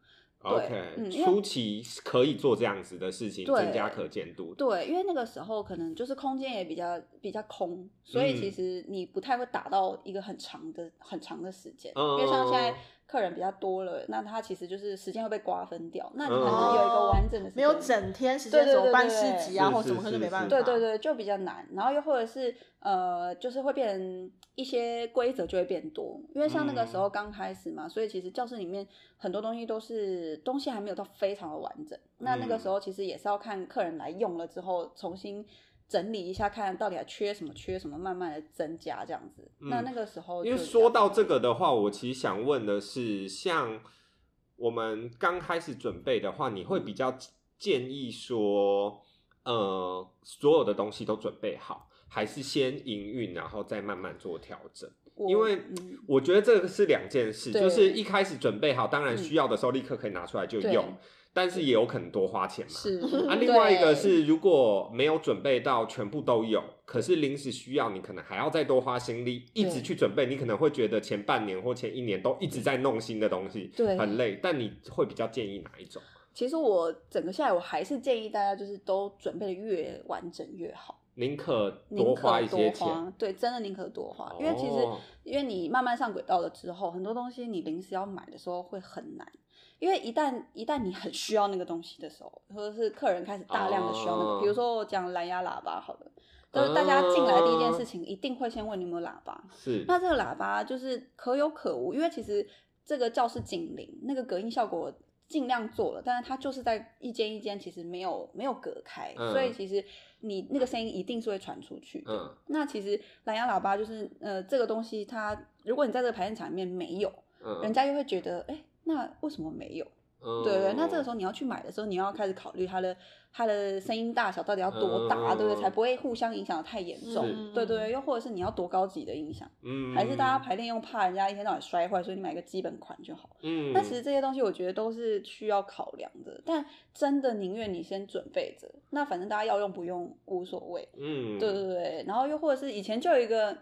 Speaker 3: 对
Speaker 2: OK，、
Speaker 3: 嗯因为
Speaker 2: 初期是可以做这样子的事情，
Speaker 3: 对
Speaker 2: 增加可见度。
Speaker 3: 对，因为那个时候可能就是空间也比较比较空，所以
Speaker 2: 嗯
Speaker 3: 其实你不太会打到一个很长的很长的时间，
Speaker 2: 嗯
Speaker 3: 因为像现在客人比较多了，那它其实就是时间会被瓜分掉，那你
Speaker 2: 嗯
Speaker 3: 很难有一个完整的
Speaker 1: 哦
Speaker 3: 时间、
Speaker 1: 没有整天时间
Speaker 3: 对对
Speaker 1: 怎么办
Speaker 3: 对
Speaker 1: 市
Speaker 3: 对
Speaker 1: 集啊，
Speaker 2: 是
Speaker 1: 或
Speaker 2: 是
Speaker 1: 什么可能
Speaker 2: 是
Speaker 1: 没办法。
Speaker 2: 是
Speaker 3: 对对对，就比较难。然后又或者是呃，就是会变成一些规则就会变多，因为像那个时
Speaker 2: 嗯
Speaker 3: 候刚开始嘛，所以其实教室里面很多东西都是东西还没有到非常的完整。那那个
Speaker 2: 嗯
Speaker 3: 时候其实也是要看客人来用了之后重新。整理一下，看到底还缺什么，缺什么，慢慢的增加这样子。那
Speaker 2: 嗯
Speaker 3: 那个时候，
Speaker 2: 因为说到这，个的话，我其实想问的是，像我们刚开始准备的话，你会比较建议说，呃，所有的东西都准备好，还是先营运，然后再慢慢做调整？
Speaker 3: 我
Speaker 2: 因为
Speaker 3: 嗯
Speaker 2: 我觉得这个是两件事，
Speaker 3: 对
Speaker 2: 就是一开始准备好，当然
Speaker 3: 嗯
Speaker 2: 需要的时候立刻可以拿出来就
Speaker 3: 对
Speaker 2: 用，但是也有可能多花钱嘛。
Speaker 3: 是
Speaker 2: 啊，另外一个
Speaker 3: 嗯对
Speaker 2: 是，如果没有准备到全部都有，可是临时需要，你可能还要再多花心力，一直
Speaker 3: 对
Speaker 2: 去准备。你可能会觉得前半年或前一年都一直在弄新的东西，
Speaker 3: 对
Speaker 2: 很累。但你会比较建议哪一种？
Speaker 3: 其实我整个下来，我还是建议大家就是都准备的越完整越好。
Speaker 2: 宁可
Speaker 3: 宁
Speaker 2: 多
Speaker 3: 可
Speaker 2: 花一些
Speaker 3: 多
Speaker 2: 钱，
Speaker 3: 花，对，真的宁可多花，因为其实、
Speaker 2: 哦
Speaker 3: 因为你慢慢上轨道了之后，很多东西你临时要买的时候会很难，因为一旦一旦你很需要那个东西的时候，或者是客人开始大量的需要那个，
Speaker 2: 哦
Speaker 3: 比如说我讲蓝牙喇叭好了，就是大家进来第一件事
Speaker 2: 嗯
Speaker 3: 情一定会先问你有没有喇叭，
Speaker 2: 是
Speaker 3: 那这个喇叭就是可有可无，因为其实这个教室紧邻，那个隔音效果尽量做了，但是它就是在一间一间，其实没有没有隔开，
Speaker 2: 嗯
Speaker 3: 所以其实你那个声音一定是会传出去的。
Speaker 2: 嗯
Speaker 3: 那其实蓝牙喇叭就是呃这个东西它，如果你在这个排练场里面没有，
Speaker 2: 嗯，
Speaker 3: 人家又会觉得哎。诶那为什么没有？
Speaker 2: 嗯
Speaker 3: 对对，那这个时候你要去买的时候，你要开始考虑它的它的声音大小到底要多大，
Speaker 2: 嗯
Speaker 3: 对不对？才不会互相影响的太严重。
Speaker 2: 是
Speaker 3: 对对，对，又或者是你要多高级的音响。
Speaker 2: 嗯
Speaker 3: 还是大家排练用怕人家一天到晚摔坏，所以你买个基本款就好。
Speaker 2: 嗯，
Speaker 3: 那其实这些东西我觉得都是需要考量的，但真的宁愿你先准备着，那反正大家要用不用无所谓。
Speaker 2: 嗯
Speaker 3: 对对对，然后又或者是以前就有一个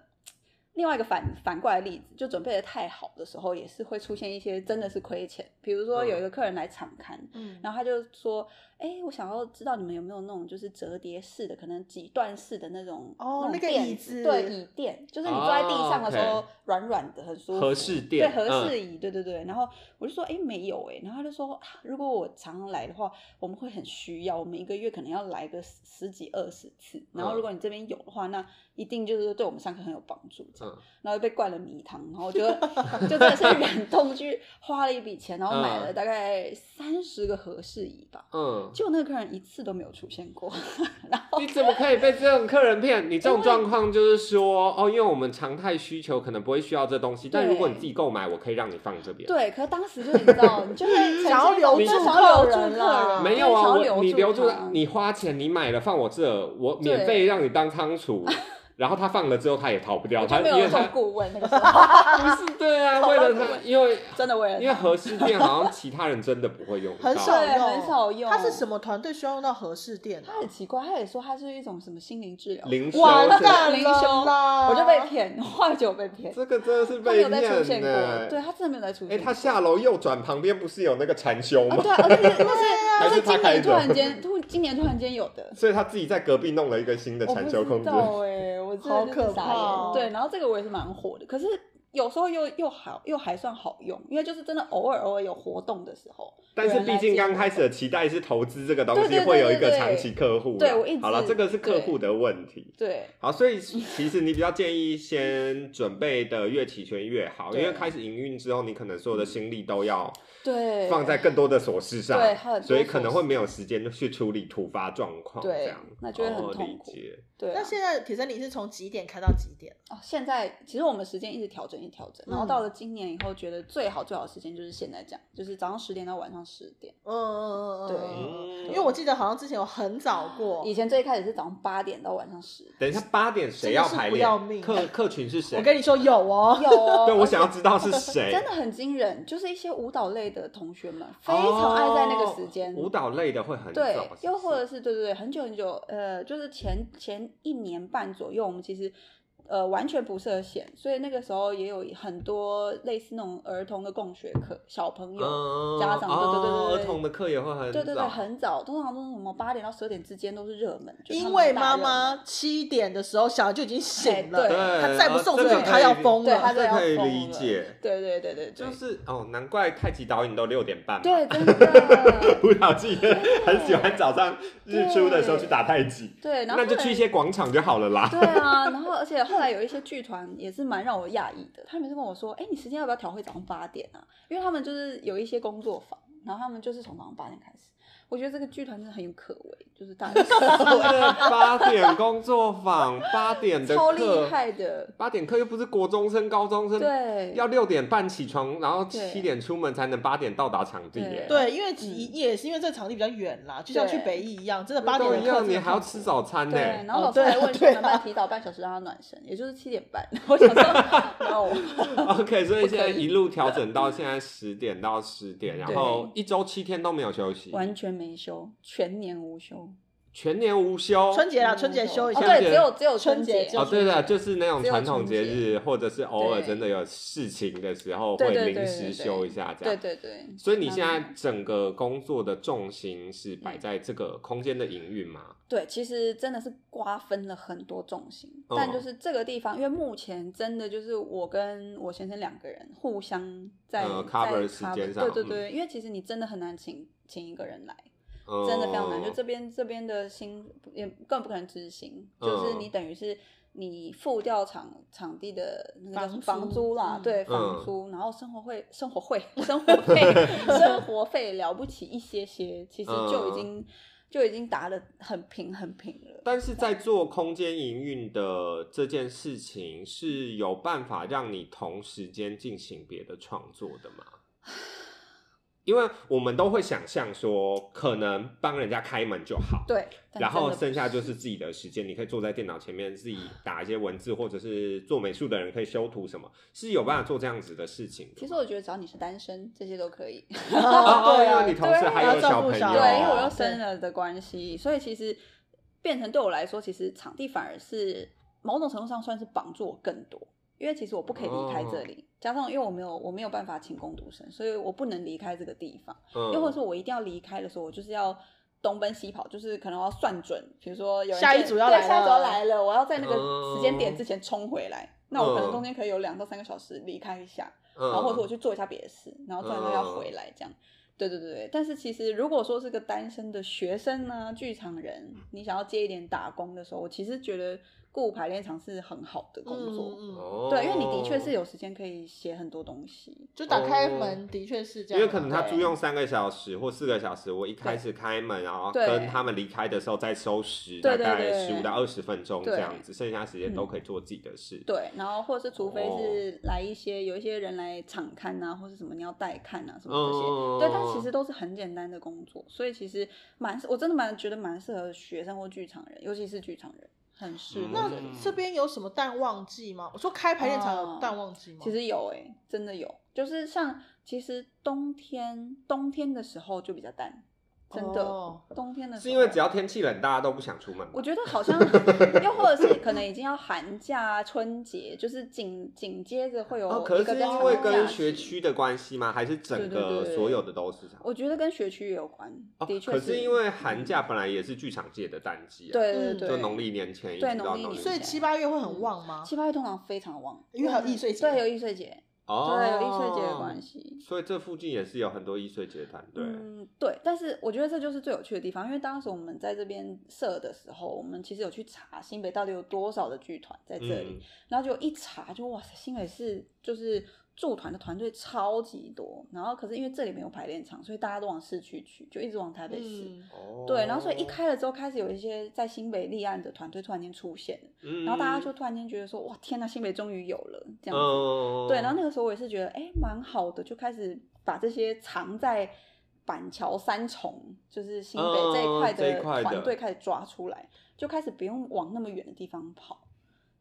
Speaker 3: 另外一个反反过来的例子，就准备的太好的时候，也是会出现一些真的是亏钱，比如说
Speaker 2: 嗯
Speaker 3: 有一个客人来场刊，
Speaker 1: 嗯，
Speaker 3: 然后他就说：“哎、我想要知道你们有没有那种就是折叠式的，可能几段式的那种
Speaker 1: 哦
Speaker 3: 那
Speaker 1: 那
Speaker 3: 种
Speaker 1: 个
Speaker 3: 垫
Speaker 1: 椅子
Speaker 3: 对椅垫，就是你坐在地上的时
Speaker 2: 哦
Speaker 3: 候
Speaker 2: ，OK
Speaker 3: 软软的，很舒服，
Speaker 2: 合适垫
Speaker 3: 对合适
Speaker 2: 嗯
Speaker 3: 椅，对对对。然后我就说：哎、没有哎、然后他就说、啊如果我常常来的话，我们会很需要，我们一个月可能要来个十十几二十次。然
Speaker 2: 嗯
Speaker 3: 后如果你这边有的话，那一定就是对我们上课很有帮助。这样
Speaker 2: 嗯
Speaker 3: 然后就被灌了迷汤，然后我觉得就真的是忍痛去花了一笔钱，然后买了大概三十个合适椅吧，
Speaker 2: 嗯，
Speaker 3: 就那个客人一次都没有出现过， 然 后
Speaker 2: 你怎么可以被这种客人骗？你这种状况就是说，哦，因为我们常态需求可能不会需要这东西，但如果你自己购买，我可以让你放这边。
Speaker 3: 对，可是当时就你知道，你就会呈现一种
Speaker 1: 想要留
Speaker 3: 你
Speaker 1: 住
Speaker 3: 想要留
Speaker 1: 客人
Speaker 3: 住客
Speaker 1: 啦
Speaker 3: 人，
Speaker 2: 没有啊，
Speaker 3: 就是想要
Speaker 2: 我你留住
Speaker 3: 他
Speaker 2: 你花钱，你买了放我这，我
Speaker 3: 对
Speaker 2: 免费让你当仓 储，然后他放了之后他也逃不掉，
Speaker 3: 我
Speaker 2: 他
Speaker 3: 就没
Speaker 2: 因
Speaker 3: 有
Speaker 2: 为
Speaker 3: 这种
Speaker 2: 他
Speaker 3: 顾问那个时候，
Speaker 2: 不是对啊，为了他，因为
Speaker 3: 真的为了
Speaker 2: 因为
Speaker 3: 他
Speaker 2: 合适店好像其他人真的不会用到，
Speaker 1: 很少
Speaker 3: 对
Speaker 1: 用，
Speaker 3: 很少用
Speaker 1: 他是什么团队需要用到合适店啊
Speaker 3: 他？很奇怪，他也说他是一种什么心灵治疗，
Speaker 2: 零修
Speaker 1: 完
Speaker 2: 这
Speaker 1: 蛋
Speaker 3: 灵
Speaker 1: 了
Speaker 3: 修
Speaker 1: 啦！
Speaker 3: 我就被骗， 后来就被骗，
Speaker 2: 这个真的是
Speaker 3: 他没
Speaker 2: 被
Speaker 3: 有再出现
Speaker 2: 骗
Speaker 3: 过，对
Speaker 2: 的。
Speaker 3: 他真的没有再出现
Speaker 2: 哎，
Speaker 3: 过。
Speaker 2: 他下楼右转旁边不是有那个禅修
Speaker 3: 哦，
Speaker 2: 吗？
Speaker 3: 对啊，而且是
Speaker 2: 还
Speaker 3: 那
Speaker 2: 是
Speaker 3: 是那是
Speaker 2: 他
Speaker 3: 今
Speaker 2: 开
Speaker 3: 年
Speaker 2: 的
Speaker 3: 突然间，突今年突然间有的，
Speaker 2: 所以他自己在隔壁弄了一个新的
Speaker 3: 我
Speaker 2: 禅
Speaker 3: 不
Speaker 2: 修空
Speaker 3: 知
Speaker 2: 间。
Speaker 3: 道哎，我真
Speaker 1: 好
Speaker 3: 的就是
Speaker 1: 可
Speaker 3: 傻
Speaker 1: 怕哦
Speaker 3: 眼。对，然后这个我也是蛮火的，可是有时候又又好，又还算好用，因为就是真的偶尔偶尔有活动的时候。
Speaker 2: 但是毕竟刚开始的期待是投资这个东西会有一个长期客户啦，
Speaker 3: 对对对对对我一直
Speaker 2: 好了，这个是客户的问题。
Speaker 3: 对，
Speaker 2: 好，所以其实你比较建议先准备的越齐全越好，因
Speaker 3: 对
Speaker 2: 为开始营运之后，你可能所有的心力都要
Speaker 3: 对，
Speaker 2: 放在更多的琐事上
Speaker 3: 对很，多
Speaker 2: 所以可能会
Speaker 3: 琐事
Speaker 2: 没有时间去处理突发状况，
Speaker 3: 对
Speaker 2: 这样
Speaker 3: 那就会很
Speaker 2: 哦
Speaker 3: 痛苦
Speaker 2: 理解
Speaker 3: 对啊。
Speaker 1: 那现在铁森林是从几点开到几点？
Speaker 3: 哦，现在其实我们时间一直调整，一直调整，然后
Speaker 1: 嗯
Speaker 3: 到了今年以后，觉得最好最好的时间就是现在这样，就是早上十点到晚上十点。
Speaker 1: 嗯嗯嗯嗯嗯
Speaker 3: 对
Speaker 1: 嗯，
Speaker 2: 嗯
Speaker 1: 因为我记得好像之前有很早过
Speaker 3: 以，前最开始是早上八点到晚上十点。
Speaker 2: 等一下八点谁要排
Speaker 1: 真的是不要
Speaker 3: 啊
Speaker 2: 练？
Speaker 1: 命
Speaker 2: 客客群是谁？
Speaker 1: 我跟你说有哦，
Speaker 3: 有哦，
Speaker 2: 对，我
Speaker 3: 而且
Speaker 2: 想要知道是欸谁。
Speaker 3: 真的很惊人，就是一些舞蹈类的同学们非
Speaker 1: 哦
Speaker 3: 常爱在那个时间。
Speaker 2: 哦舞蹈类的会很
Speaker 3: 对
Speaker 2: 早，，
Speaker 3: 又或
Speaker 2: 是
Speaker 3: 者是对对对，很久很久，呃，就是前前一年半左右，我们其实呃完全不设限，所以那个时候也有很多类似那种儿童的共学课，小朋友、
Speaker 2: 嗯
Speaker 3: 家长对对对
Speaker 2: 哦
Speaker 3: 对对
Speaker 2: 儿童的课也会很
Speaker 3: 对对对，
Speaker 2: 早哦
Speaker 3: 很早，通常都是什么八点到十二点之间都是热门，就是他
Speaker 1: 因
Speaker 3: 们
Speaker 1: 为
Speaker 3: 大
Speaker 1: 妈
Speaker 3: 热门
Speaker 1: 妈七点的时候，小孩就已经醒了，
Speaker 3: 哎对
Speaker 1: 他再不送
Speaker 2: 这
Speaker 1: 出
Speaker 2: 个
Speaker 1: 去，
Speaker 2: 可以
Speaker 1: 他要疯
Speaker 3: 对
Speaker 1: 了。
Speaker 3: 他
Speaker 2: 这
Speaker 3: 都要
Speaker 2: 可以
Speaker 3: 疯
Speaker 2: 理
Speaker 3: 了
Speaker 2: 解。
Speaker 3: 对对对对对，
Speaker 2: 就是哦，难怪太极导演都六点半嘛。
Speaker 3: 对真的
Speaker 2: 舞蹈系很喜欢早上日出的时候去打太极，
Speaker 3: 对，然后
Speaker 2: 那就
Speaker 3: 后
Speaker 2: 去
Speaker 3: 来
Speaker 2: 一些广场就好了啦。
Speaker 3: 对啊，然后而且后来有一些剧团也是蛮让我讶异的，他每次跟我说：“哎、你时间要不要调回早上八点啊？”因为他们就是有一些工作坊，然后他们就是从早上八点开始。我觉得这个剧团真的很有可为，就是大 家
Speaker 2: 八点工作坊，八点的
Speaker 3: 超厉
Speaker 2: 课，
Speaker 3: 害的，
Speaker 2: 八点课又不是国中生、高中生，
Speaker 3: 对，
Speaker 2: 要六点半起床，然后
Speaker 3: 对
Speaker 2: 七点出门才能八点到达场地
Speaker 3: 对
Speaker 2: 耶。
Speaker 1: 对，因为
Speaker 3: 嗯
Speaker 1: 也是因为这个场地比较远啦，就像去
Speaker 3: 对
Speaker 1: 北艺一样，真的
Speaker 2: 那
Speaker 1: 八点
Speaker 2: 都
Speaker 1: 的
Speaker 2: 一
Speaker 1: 课
Speaker 2: 样，
Speaker 1: 真的
Speaker 2: 你还要
Speaker 1: 痛苦
Speaker 2: 吃早餐呢
Speaker 3: 对，。然后
Speaker 1: 哦
Speaker 3: 老师
Speaker 1: 对
Speaker 3: 还
Speaker 1: 啊
Speaker 3: 问你
Speaker 1: 对
Speaker 3: 能不能
Speaker 1: 啊
Speaker 3: 提早半小时让他暖身，也就是七点半。 我想 说，no，
Speaker 2: OK，所以
Speaker 3: 不可
Speaker 2: 现在
Speaker 3: 以
Speaker 2: 一路调整到现在十点到十点，然后一周七天都没有休息，
Speaker 3: 完全没休，全年无休。
Speaker 2: 全年无休。
Speaker 1: 春节啊啦，春节休一下
Speaker 3: 哦，
Speaker 2: 像
Speaker 3: 对，
Speaker 2: 是
Speaker 3: 只有只有
Speaker 1: 春
Speaker 3: 春
Speaker 1: 节
Speaker 3: 节
Speaker 1: 只有
Speaker 2: 哦，对的，就是那种
Speaker 3: 只有
Speaker 2: 传统节
Speaker 3: 春节
Speaker 2: 日，或者是偶尔
Speaker 3: 对
Speaker 2: 真的有事情的时候，
Speaker 3: 对
Speaker 2: 会
Speaker 3: 对
Speaker 2: 临
Speaker 3: 对
Speaker 2: 时
Speaker 3: 对
Speaker 2: 休一下这
Speaker 3: 对
Speaker 2: 样。
Speaker 3: 对对，
Speaker 2: 所以你现在整个工作的重心是
Speaker 3: 嗯
Speaker 2: 摆在这个空间的营运嘛？
Speaker 3: 对，其实真的是瓜分了很多重心，
Speaker 2: 哦
Speaker 3: 但就是这个地方，因为目前真的就是我跟我先生两个人互相在、
Speaker 2: 呃
Speaker 3: 在
Speaker 2: cover 时间上
Speaker 3: 对对对，因为其实你真的很难请请一个人来，
Speaker 2: 嗯、
Speaker 3: 真的非常难。就这边这边的薪也更不可能执行，就是
Speaker 2: 嗯
Speaker 3: 你等于是你付掉场场地的那个叫什么
Speaker 1: 房
Speaker 3: 房
Speaker 1: 租
Speaker 3: 租啦，
Speaker 1: 嗯
Speaker 3: 对
Speaker 2: 嗯
Speaker 3: 房租，然后生活费生活 费生活费生活费了不起一些些，其实
Speaker 2: 嗯
Speaker 3: 就已经、就已经打得很平很平了。
Speaker 2: 但是在做空间营运的这件事情，是有办法让你同时间进行别的创作的吗？ 因为我们都会想象说，可能帮人家开门就好，
Speaker 3: 对，但
Speaker 2: 然后
Speaker 3: 真的不
Speaker 2: 剩下就是是自己的时间，你可以坐在电脑前面自己打一些文字，或者是做美术的人可以修图什么，是有办法做这样子的事情的。
Speaker 3: 其实我觉得只要你是单身，这些都可以。
Speaker 2: 哦，
Speaker 1: 对
Speaker 2: 因
Speaker 1: 啊
Speaker 2: 为你同时
Speaker 3: 对
Speaker 2: 还
Speaker 3: 要
Speaker 2: 有
Speaker 1: 照
Speaker 2: 小
Speaker 1: 顾
Speaker 2: 朋友，啊
Speaker 1: 小孩
Speaker 3: 对，因为我
Speaker 1: 要
Speaker 3: 又生了的关系，所以其实变成对我来说，其实场地反而是某种程度上算是绑住我更多，因为其实我不可以离开
Speaker 2: 哦
Speaker 3: 这里，加上因为我没有我没有办法请工读生，所以我不能离开这个地方，
Speaker 2: 嗯
Speaker 3: 又或者是我一定要离开的时候，我就是要。东奔西跑，就是可能我要算准，比如说有人
Speaker 1: 下一
Speaker 3: 在
Speaker 1: 组要
Speaker 3: 对
Speaker 1: 来
Speaker 3: 下一组要
Speaker 1: 了
Speaker 3: 来了，我要在那个时间点
Speaker 2: 嗯
Speaker 3: 之前冲回来，那我可
Speaker 2: 嗯
Speaker 3: 能中间可以有两到三个小时离开一下，
Speaker 2: 嗯
Speaker 3: 然后或者说我去做一下别的事，然后做完之后要回来这样。对对对对，但是其实如果说是个单身的学生呢、剧场
Speaker 2: 嗯
Speaker 3: 人，你想要接一点打工的时候，我其实觉得雇排练场是很好的工作。
Speaker 1: 嗯嗯嗯，
Speaker 2: 哦
Speaker 3: 对，因为你的确是有时间可以写很多东西。
Speaker 1: 就打开门的确是这
Speaker 2: 哦
Speaker 1: 样啊，
Speaker 2: 因为可能他
Speaker 1: 对
Speaker 2: 租用三个小时或四个小时，我一开始开门，然后
Speaker 3: 对
Speaker 2: 跟他们离开的时候再收拾，
Speaker 3: 对
Speaker 2: 大
Speaker 3: 对
Speaker 2: 概
Speaker 3: 对
Speaker 2: 十五到二十分钟
Speaker 3: 对嗯
Speaker 2: 这样子，剩下时间都可以做自己的事。
Speaker 3: 对，然后或是除非
Speaker 2: 哦
Speaker 3: 是来一些、有一些人来场看啊，或是什么你要带看啊什么这些，
Speaker 2: 嗯，
Speaker 3: 对，但其实都是很简单的工作，所以其实蛮我真的蛮觉得蛮适合学生或剧场人，尤其是剧场人，很适
Speaker 2: 嗯
Speaker 3: 合
Speaker 1: 那
Speaker 3: 这里。
Speaker 1: 这边有什么淡旺季吗？我说开排练场有
Speaker 3: 哦
Speaker 1: 淡旺季吗？
Speaker 3: 其实有诶、欸真的有，就是像其实冬天冬天的时候就比较淡，真的、
Speaker 1: 哦
Speaker 3: 冬天的时候
Speaker 2: 是因为只要天气冷，大家都不想出门吧。
Speaker 3: 我觉得好像， 又或者是可能已经要寒假、春节，就是紧紧接着会有
Speaker 2: 哦，可
Speaker 3: 一
Speaker 2: 是
Speaker 3: 个比较
Speaker 2: 因
Speaker 3: 长
Speaker 2: 为
Speaker 3: 的假
Speaker 2: 跟
Speaker 3: 期
Speaker 2: 学区，的关系吗？还是整
Speaker 3: 对对
Speaker 2: 个
Speaker 3: 对
Speaker 2: 所有的都是这样？
Speaker 3: 我觉得跟学区也有关，
Speaker 2: 哦
Speaker 3: 的确
Speaker 2: 可是因为寒假本来也是剧场界的淡季、啊，，
Speaker 3: 对对
Speaker 1: 嗯
Speaker 3: 对，
Speaker 2: 就农历年前一直
Speaker 3: 对
Speaker 2: 到
Speaker 3: 农历
Speaker 2: 农历
Speaker 3: 年
Speaker 1: 所以七八月会很旺吗？
Speaker 3: 七八月通常非常旺，
Speaker 1: 因为还有易碎节
Speaker 3: 对，有易碎节，
Speaker 2: 哦，
Speaker 3: 对，有易碎节的关。系。
Speaker 2: 所以这附近也是有很多易碎节团队，
Speaker 3: 嗯，对，但是我觉得这就是最有趣的地方，因为当时我们在这边设的时候，我们其实有去查新北到底有多少的剧团在这里，
Speaker 2: 嗯
Speaker 3: 然后就一查就哇塞，新北市就是驻团的团队超级多，然后可是因为这里没有排练场，所以大家都往市区去，就一直往台北市。
Speaker 1: 嗯，
Speaker 2: 哦
Speaker 3: 对，然后所以一，开了之后，开始有一些在新北立案的团队突然间出现了，
Speaker 2: 嗯
Speaker 3: 然后大家就突然间觉得说，哇，天呐，新北终于有了这样子。
Speaker 2: 嗯
Speaker 3: 对，然后那个时候我也是觉得，哎、蛮好的，就开始把这些藏在板桥三重，就是新北
Speaker 2: 嗯
Speaker 3: 这一块
Speaker 2: 这一块
Speaker 3: 的
Speaker 2: 的
Speaker 3: 团队开始抓出来，就开始不用往那么远的地方跑。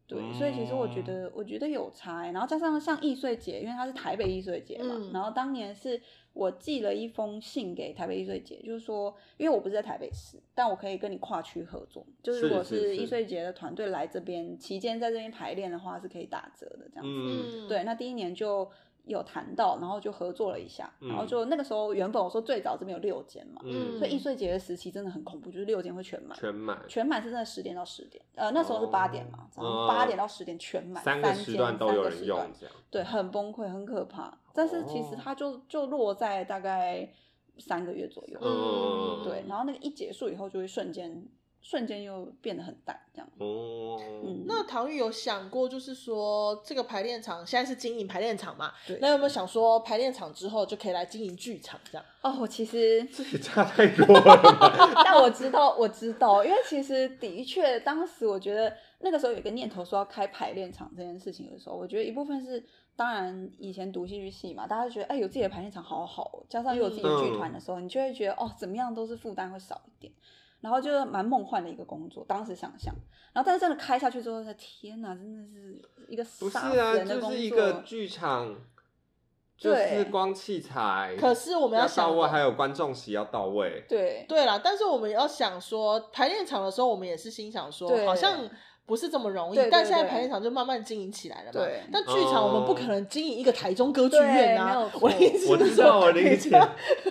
Speaker 3: 对，所以其实我觉得，
Speaker 2: 嗯
Speaker 3: 我觉得有差欸、然后加上像易碎节，因为它是台北易碎节嘛，
Speaker 1: 嗯
Speaker 3: 然后当年是我寄了一封信给台北易碎节，就是说，因为我不是在台北市，但我可以跟你跨区合作，就是如
Speaker 2: 是
Speaker 3: 果
Speaker 2: 是
Speaker 3: 是
Speaker 2: 是
Speaker 3: 易碎节的团队来这边期间在这边排练的话，是可以打折的这样子。
Speaker 2: 嗯，
Speaker 3: 对，那第一年就有谈到，然后就合作了一下，然后
Speaker 2: 嗯
Speaker 3: 就那个时候原本我说最早这边有六间嘛，
Speaker 2: 嗯
Speaker 3: 所以易碎节的时期真的很恐怖，就是六间会全满。
Speaker 2: 全满，
Speaker 3: 全满是真的十点到十点，呃，那时候是八点嘛，早上八
Speaker 2: 嗯
Speaker 3: 点到十点全满，
Speaker 2: 三个
Speaker 3: 间
Speaker 2: 时段都有人，用
Speaker 3: 三个时段
Speaker 2: 这样。
Speaker 3: 对，很崩溃，很可怕。但是其实
Speaker 2: 哦
Speaker 3: 它就就落在大概三个月左右，
Speaker 2: 嗯
Speaker 3: 对，然后那个一结束以后，就会瞬间瞬间又变得很淡，这样，
Speaker 2: 哦，
Speaker 3: 嗯，
Speaker 1: 那唐玉有想过，就是说这个排练场现在是经营排练场嘛？
Speaker 3: 对
Speaker 1: 那有没有想说排练场之后就可以来经营剧场这样？
Speaker 3: 哦，我其实
Speaker 2: 这也差太多了吧？
Speaker 3: 但我知道，我知道，因为其实的确，当时我觉得那个时候有一个念头说要开排练场这件事情的时候，我觉得一部分是当然以前读戏剧系嘛，大家就觉得哎有自己的排练场好好、哦，加上又有自己的剧团的时候，
Speaker 2: 嗯
Speaker 3: 你就会觉得哦怎么样都是负担会少一点。然后就蛮梦幻的一个工作，当时想象。然后但是真的开下去之后，天哪，真的是一个
Speaker 2: 不是
Speaker 3: 傻
Speaker 2: 啊，
Speaker 3: 死人的
Speaker 2: 就
Speaker 3: 工
Speaker 2: 是一
Speaker 3: 作。
Speaker 2: 个剧场，就
Speaker 3: 对
Speaker 2: 是光器材，
Speaker 1: 可是我们
Speaker 2: 要
Speaker 1: 想
Speaker 2: 到
Speaker 1: 的
Speaker 2: 位，还有观众席要到位。
Speaker 3: 对
Speaker 1: 对啦，但是我们要想说，排练场的时候，我们也是心想说，
Speaker 3: 对
Speaker 1: 好像不是这么容易。
Speaker 3: 对对
Speaker 1: 但现在
Speaker 3: 对
Speaker 1: 排练场就慢慢经营起来了嘛。
Speaker 3: 对
Speaker 1: 但剧场我们不可能经营一个台中歌剧
Speaker 3: 对
Speaker 1: 院
Speaker 3: 没
Speaker 1: 啊
Speaker 3: 有。错
Speaker 1: 我的意思
Speaker 2: 哦我
Speaker 1: 是
Speaker 2: 知
Speaker 1: 说
Speaker 2: 道，我理 解。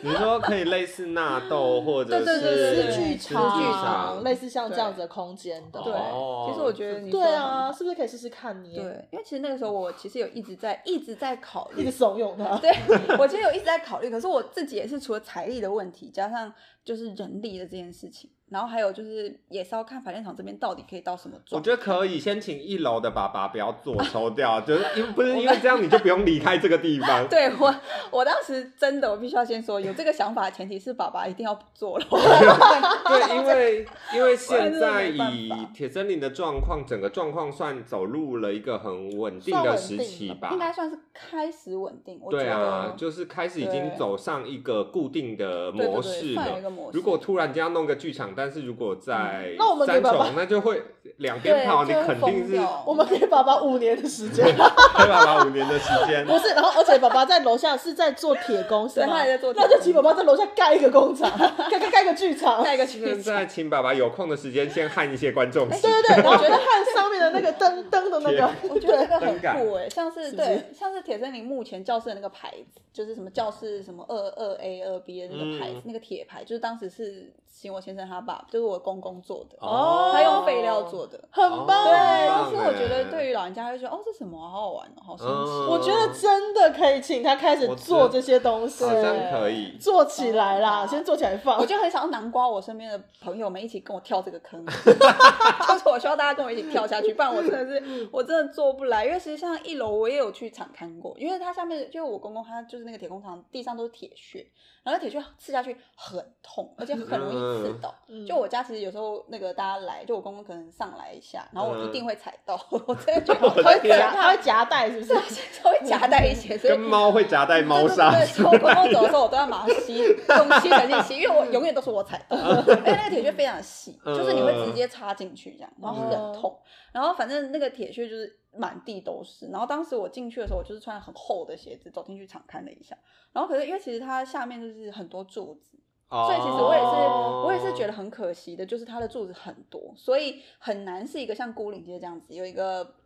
Speaker 2: 你说可以类似纳 豆，或者
Speaker 3: 对对对对
Speaker 1: 是
Speaker 3: 对
Speaker 1: 剧
Speaker 2: 是
Speaker 1: 场，
Speaker 2: 剧
Speaker 1: 类似像这
Speaker 3: 对
Speaker 1: 样子的空间的。
Speaker 3: 对、
Speaker 2: 哦
Speaker 3: 其实我觉得你说
Speaker 1: 对
Speaker 3: 的很好
Speaker 1: 啊，是不是可以试试看你？，
Speaker 3: 对，因为其实那个时候我其实有一直在一直在考
Speaker 1: 一
Speaker 3: 虑
Speaker 1: 直，怂恿他。
Speaker 3: 对 我其实有一直在考虑，可是我自己也是除了财力的问题，加上就是人力的这件事情，然后还有就是也是要看排练场这边到底可以到什么
Speaker 2: 我
Speaker 3: 状态。
Speaker 2: 觉得可以先请一楼的爸爸不要做抽 掉，就是因为不是因为这样你就不用离开这个地方。
Speaker 3: 对我，我当时真的，我必须要先说，有这个想法，前提是爸爸一定要不做了。对
Speaker 2: 对，因为因为现在
Speaker 3: 我还是没
Speaker 2: 以
Speaker 3: 办法
Speaker 2: 铁森林的状况，整个状况算走入了一个很稳定
Speaker 1: 算
Speaker 2: 的
Speaker 1: 稳
Speaker 2: 时
Speaker 1: 定
Speaker 2: 期
Speaker 1: 了
Speaker 2: 吧，
Speaker 3: 应该算是开始稳定。我觉
Speaker 2: 对啊
Speaker 3: 得，
Speaker 2: 就是开始已
Speaker 3: 对
Speaker 2: 经走上一个固定的
Speaker 3: 对对
Speaker 2: 模
Speaker 3: 对
Speaker 2: 式
Speaker 3: 算有一
Speaker 2: 了。
Speaker 3: 个模式。
Speaker 2: 如果突然间要弄个剧场，但是如果在
Speaker 1: 嗯那我们给
Speaker 2: 三
Speaker 1: 爸爸
Speaker 2: 重，那就会两边
Speaker 3: 对，
Speaker 2: 跑，你
Speaker 3: 就会
Speaker 2: 肯
Speaker 3: 疯
Speaker 2: 定是
Speaker 3: 掉
Speaker 1: 我们给爸爸五年的时间，
Speaker 2: 黑爸爸五年的时 间。
Speaker 1: 不是，然后而且爸爸在楼下是在做铁工，是
Speaker 3: 对
Speaker 1: 吗
Speaker 3: 他还在做铁
Speaker 1: 那
Speaker 3: 工
Speaker 1: 就请爸爸在楼下盖一个工厂，盖盖盖个剧场，
Speaker 3: 下一 个情
Speaker 2: 现
Speaker 3: 绪
Speaker 2: 在请爸爸有空的时间先焊一些观众席
Speaker 3: 哎
Speaker 1: 对。对对，然后觉得看上面的那个灯灯的那个，
Speaker 3: 我觉得这个很
Speaker 2: 灯杆
Speaker 3: 酷哎、像是
Speaker 1: 是不是
Speaker 3: 对，像是铁森林目前教室的那个牌子，就是什么教室什么二二 A 二 B 的那个牌子，
Speaker 2: 嗯
Speaker 3: 那个铁牌，就是当时是请我先生他爸，就是我公公做的，
Speaker 1: 哦
Speaker 3: 他用废料做的。
Speaker 1: 很
Speaker 2: 哦
Speaker 1: 棒。
Speaker 3: 对，
Speaker 2: 棒
Speaker 3: 当时我觉得
Speaker 2: 欸
Speaker 3: 对于老人家会觉得，哦，这什么，好好玩哦，好新奇。
Speaker 2: 嗯
Speaker 1: 我觉得真的可以请他开始做这些东西，
Speaker 2: 好像可以。
Speaker 1: 做起来啦，
Speaker 3: 哦
Speaker 1: 先做起来放
Speaker 3: 我。就很想要南瓜我身边的朋友们一起跟我跳这个坑， 就是我希望大家跟我一起跳下去，不然我真的是我真的做不来。因为实际上一楼我也有去厂看过，因为它下面就是我公公他就是那个铁工厂，地上都是铁屑，然后铁屑刺下去很痛，而且很容易刺到。
Speaker 1: 嗯
Speaker 3: 就我家其实有时候那个大家来，就我公公可能上来一下，然后我一定会踩到，我真的觉得
Speaker 2: 我 的
Speaker 3: 我
Speaker 1: 会
Speaker 2: 天
Speaker 1: 夹，
Speaker 2: 啊
Speaker 1: 他会夹带，是不是？
Speaker 3: 稍微夹带一些，所以
Speaker 2: 跟猫会夹带猫砂
Speaker 3: 对，对对从我公公走的时候，我都要马上吸，用吸尘器吸，因为我永远都是我踩到，因为那个铁屑非常细，
Speaker 2: 嗯
Speaker 3: 就是你会直接插进去这样，然后很痛。然后反正那个铁屑就是满地都是。然后当时我进去的时候，我就是穿很厚的鞋子走进去场看了一下，然后可是因为其实它下面就是很多柱子，所以其实我也是，我也是觉得很可惜的，就是它的柱子很多，所以很难是一个像孤岭街这样子有一个。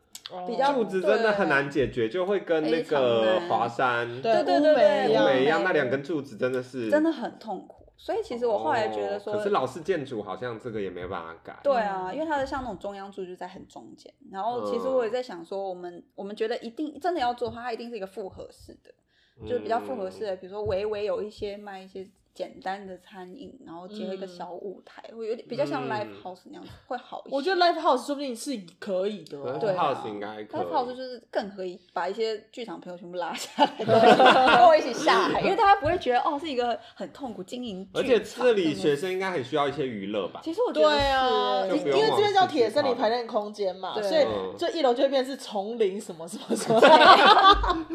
Speaker 3: 比较
Speaker 2: 柱
Speaker 1: 哦
Speaker 2: 子真的很难解决，就会跟那个华山、
Speaker 1: 对
Speaker 3: 对对对对，
Speaker 1: 乌梅一
Speaker 2: 乌
Speaker 1: 样
Speaker 2: 梅一样，那两根柱子真的是
Speaker 3: 真的很痛苦。所以其实我后来觉得说，
Speaker 2: 哦可是老式建筑好像这个也没办法改。
Speaker 3: 对啊，因为它的像那种中央柱就在很中间。然后其实
Speaker 2: 嗯
Speaker 3: 我也在想说，我们、我们觉得一定真的要做的话，它一定是一个复合式的，
Speaker 2: 嗯，
Speaker 3: 就是比较复合式的，比如说微微有一些卖一些简单的餐饮，然后结合一个
Speaker 1: 嗯
Speaker 3: 小舞台，会有点比较像
Speaker 2: 嗯
Speaker 3: live house 那样子，会好一些。
Speaker 1: 我觉得 live house 说不定是可以的哦。
Speaker 2: Live
Speaker 3: 对啊
Speaker 2: house 应该嗯可以
Speaker 3: live house 就是更可以把一些剧场朋友全部拉下来，跟
Speaker 1: 啊
Speaker 3: 我跟我一起下海，因为大家不会觉得哦是一个很痛苦经营剧
Speaker 2: 而
Speaker 3: 场，
Speaker 2: 且这里
Speaker 3: 真的
Speaker 2: 学生应该很需要一些娱乐吧？
Speaker 3: 其实我觉得
Speaker 1: 对啊，
Speaker 3: 是
Speaker 1: 因
Speaker 2: 就不
Speaker 1: 因
Speaker 2: 用
Speaker 1: 为这边叫到铁森林排练空间嘛，
Speaker 3: 对
Speaker 1: 所以
Speaker 2: 嗯
Speaker 1: 就一楼就会变成是丛林什么什么什么。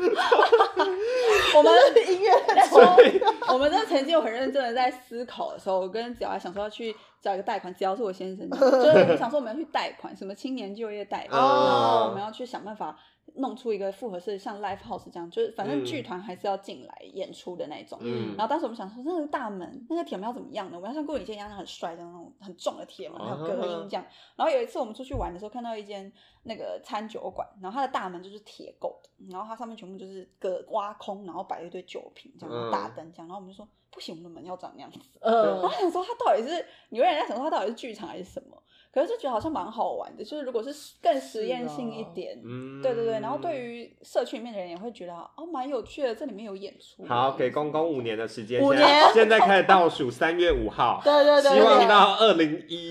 Speaker 1: 我们音乐的 丛林
Speaker 3: 我们真的曾经有很认真的在思考的时候，我跟子瑶还想说要去找一个贷款，子瑶是我先生，就是我们想说我们要去贷款，什么青年就业贷
Speaker 2: 嗯
Speaker 3: 款，然后我们要去想办法弄出一个复合式，像 live house 这样，就是反正
Speaker 2: 嗯
Speaker 3: 剧团还是要进来演出的那种。
Speaker 2: 嗯
Speaker 3: 然后当时我们想说，那个大门那个铁门要怎么样呢？我们要像郭宇健一样很帅的那种很重的铁门，还有
Speaker 2: 哦
Speaker 3: 隔音这样。然后有一次我们出去玩的时候，看到一间那个餐酒馆，然后它的大门就是铁构的，然后它上面全部就是个挖空，然后摆了一堆酒瓶这样，然后大
Speaker 2: 嗯
Speaker 3: 灯这样。然后我们就说不行，我们的门要长那样子。然
Speaker 1: 嗯
Speaker 3: 后，想说它到底是，你会让人家想说它到底是剧场还是什么？可是就觉得好像蛮好玩的，就是如果是更实验性一
Speaker 1: 是啊
Speaker 3: 点，
Speaker 2: 嗯
Speaker 3: 对对对，然后对于社区里面的人也会觉得哦蛮有趣的，这里面有演出。
Speaker 2: 好，给公公五年的时间，
Speaker 1: 五
Speaker 2: 现在
Speaker 1: 年
Speaker 2: 现在开始倒数，三月五 号，
Speaker 1: 对对对，
Speaker 2: 希望到二零一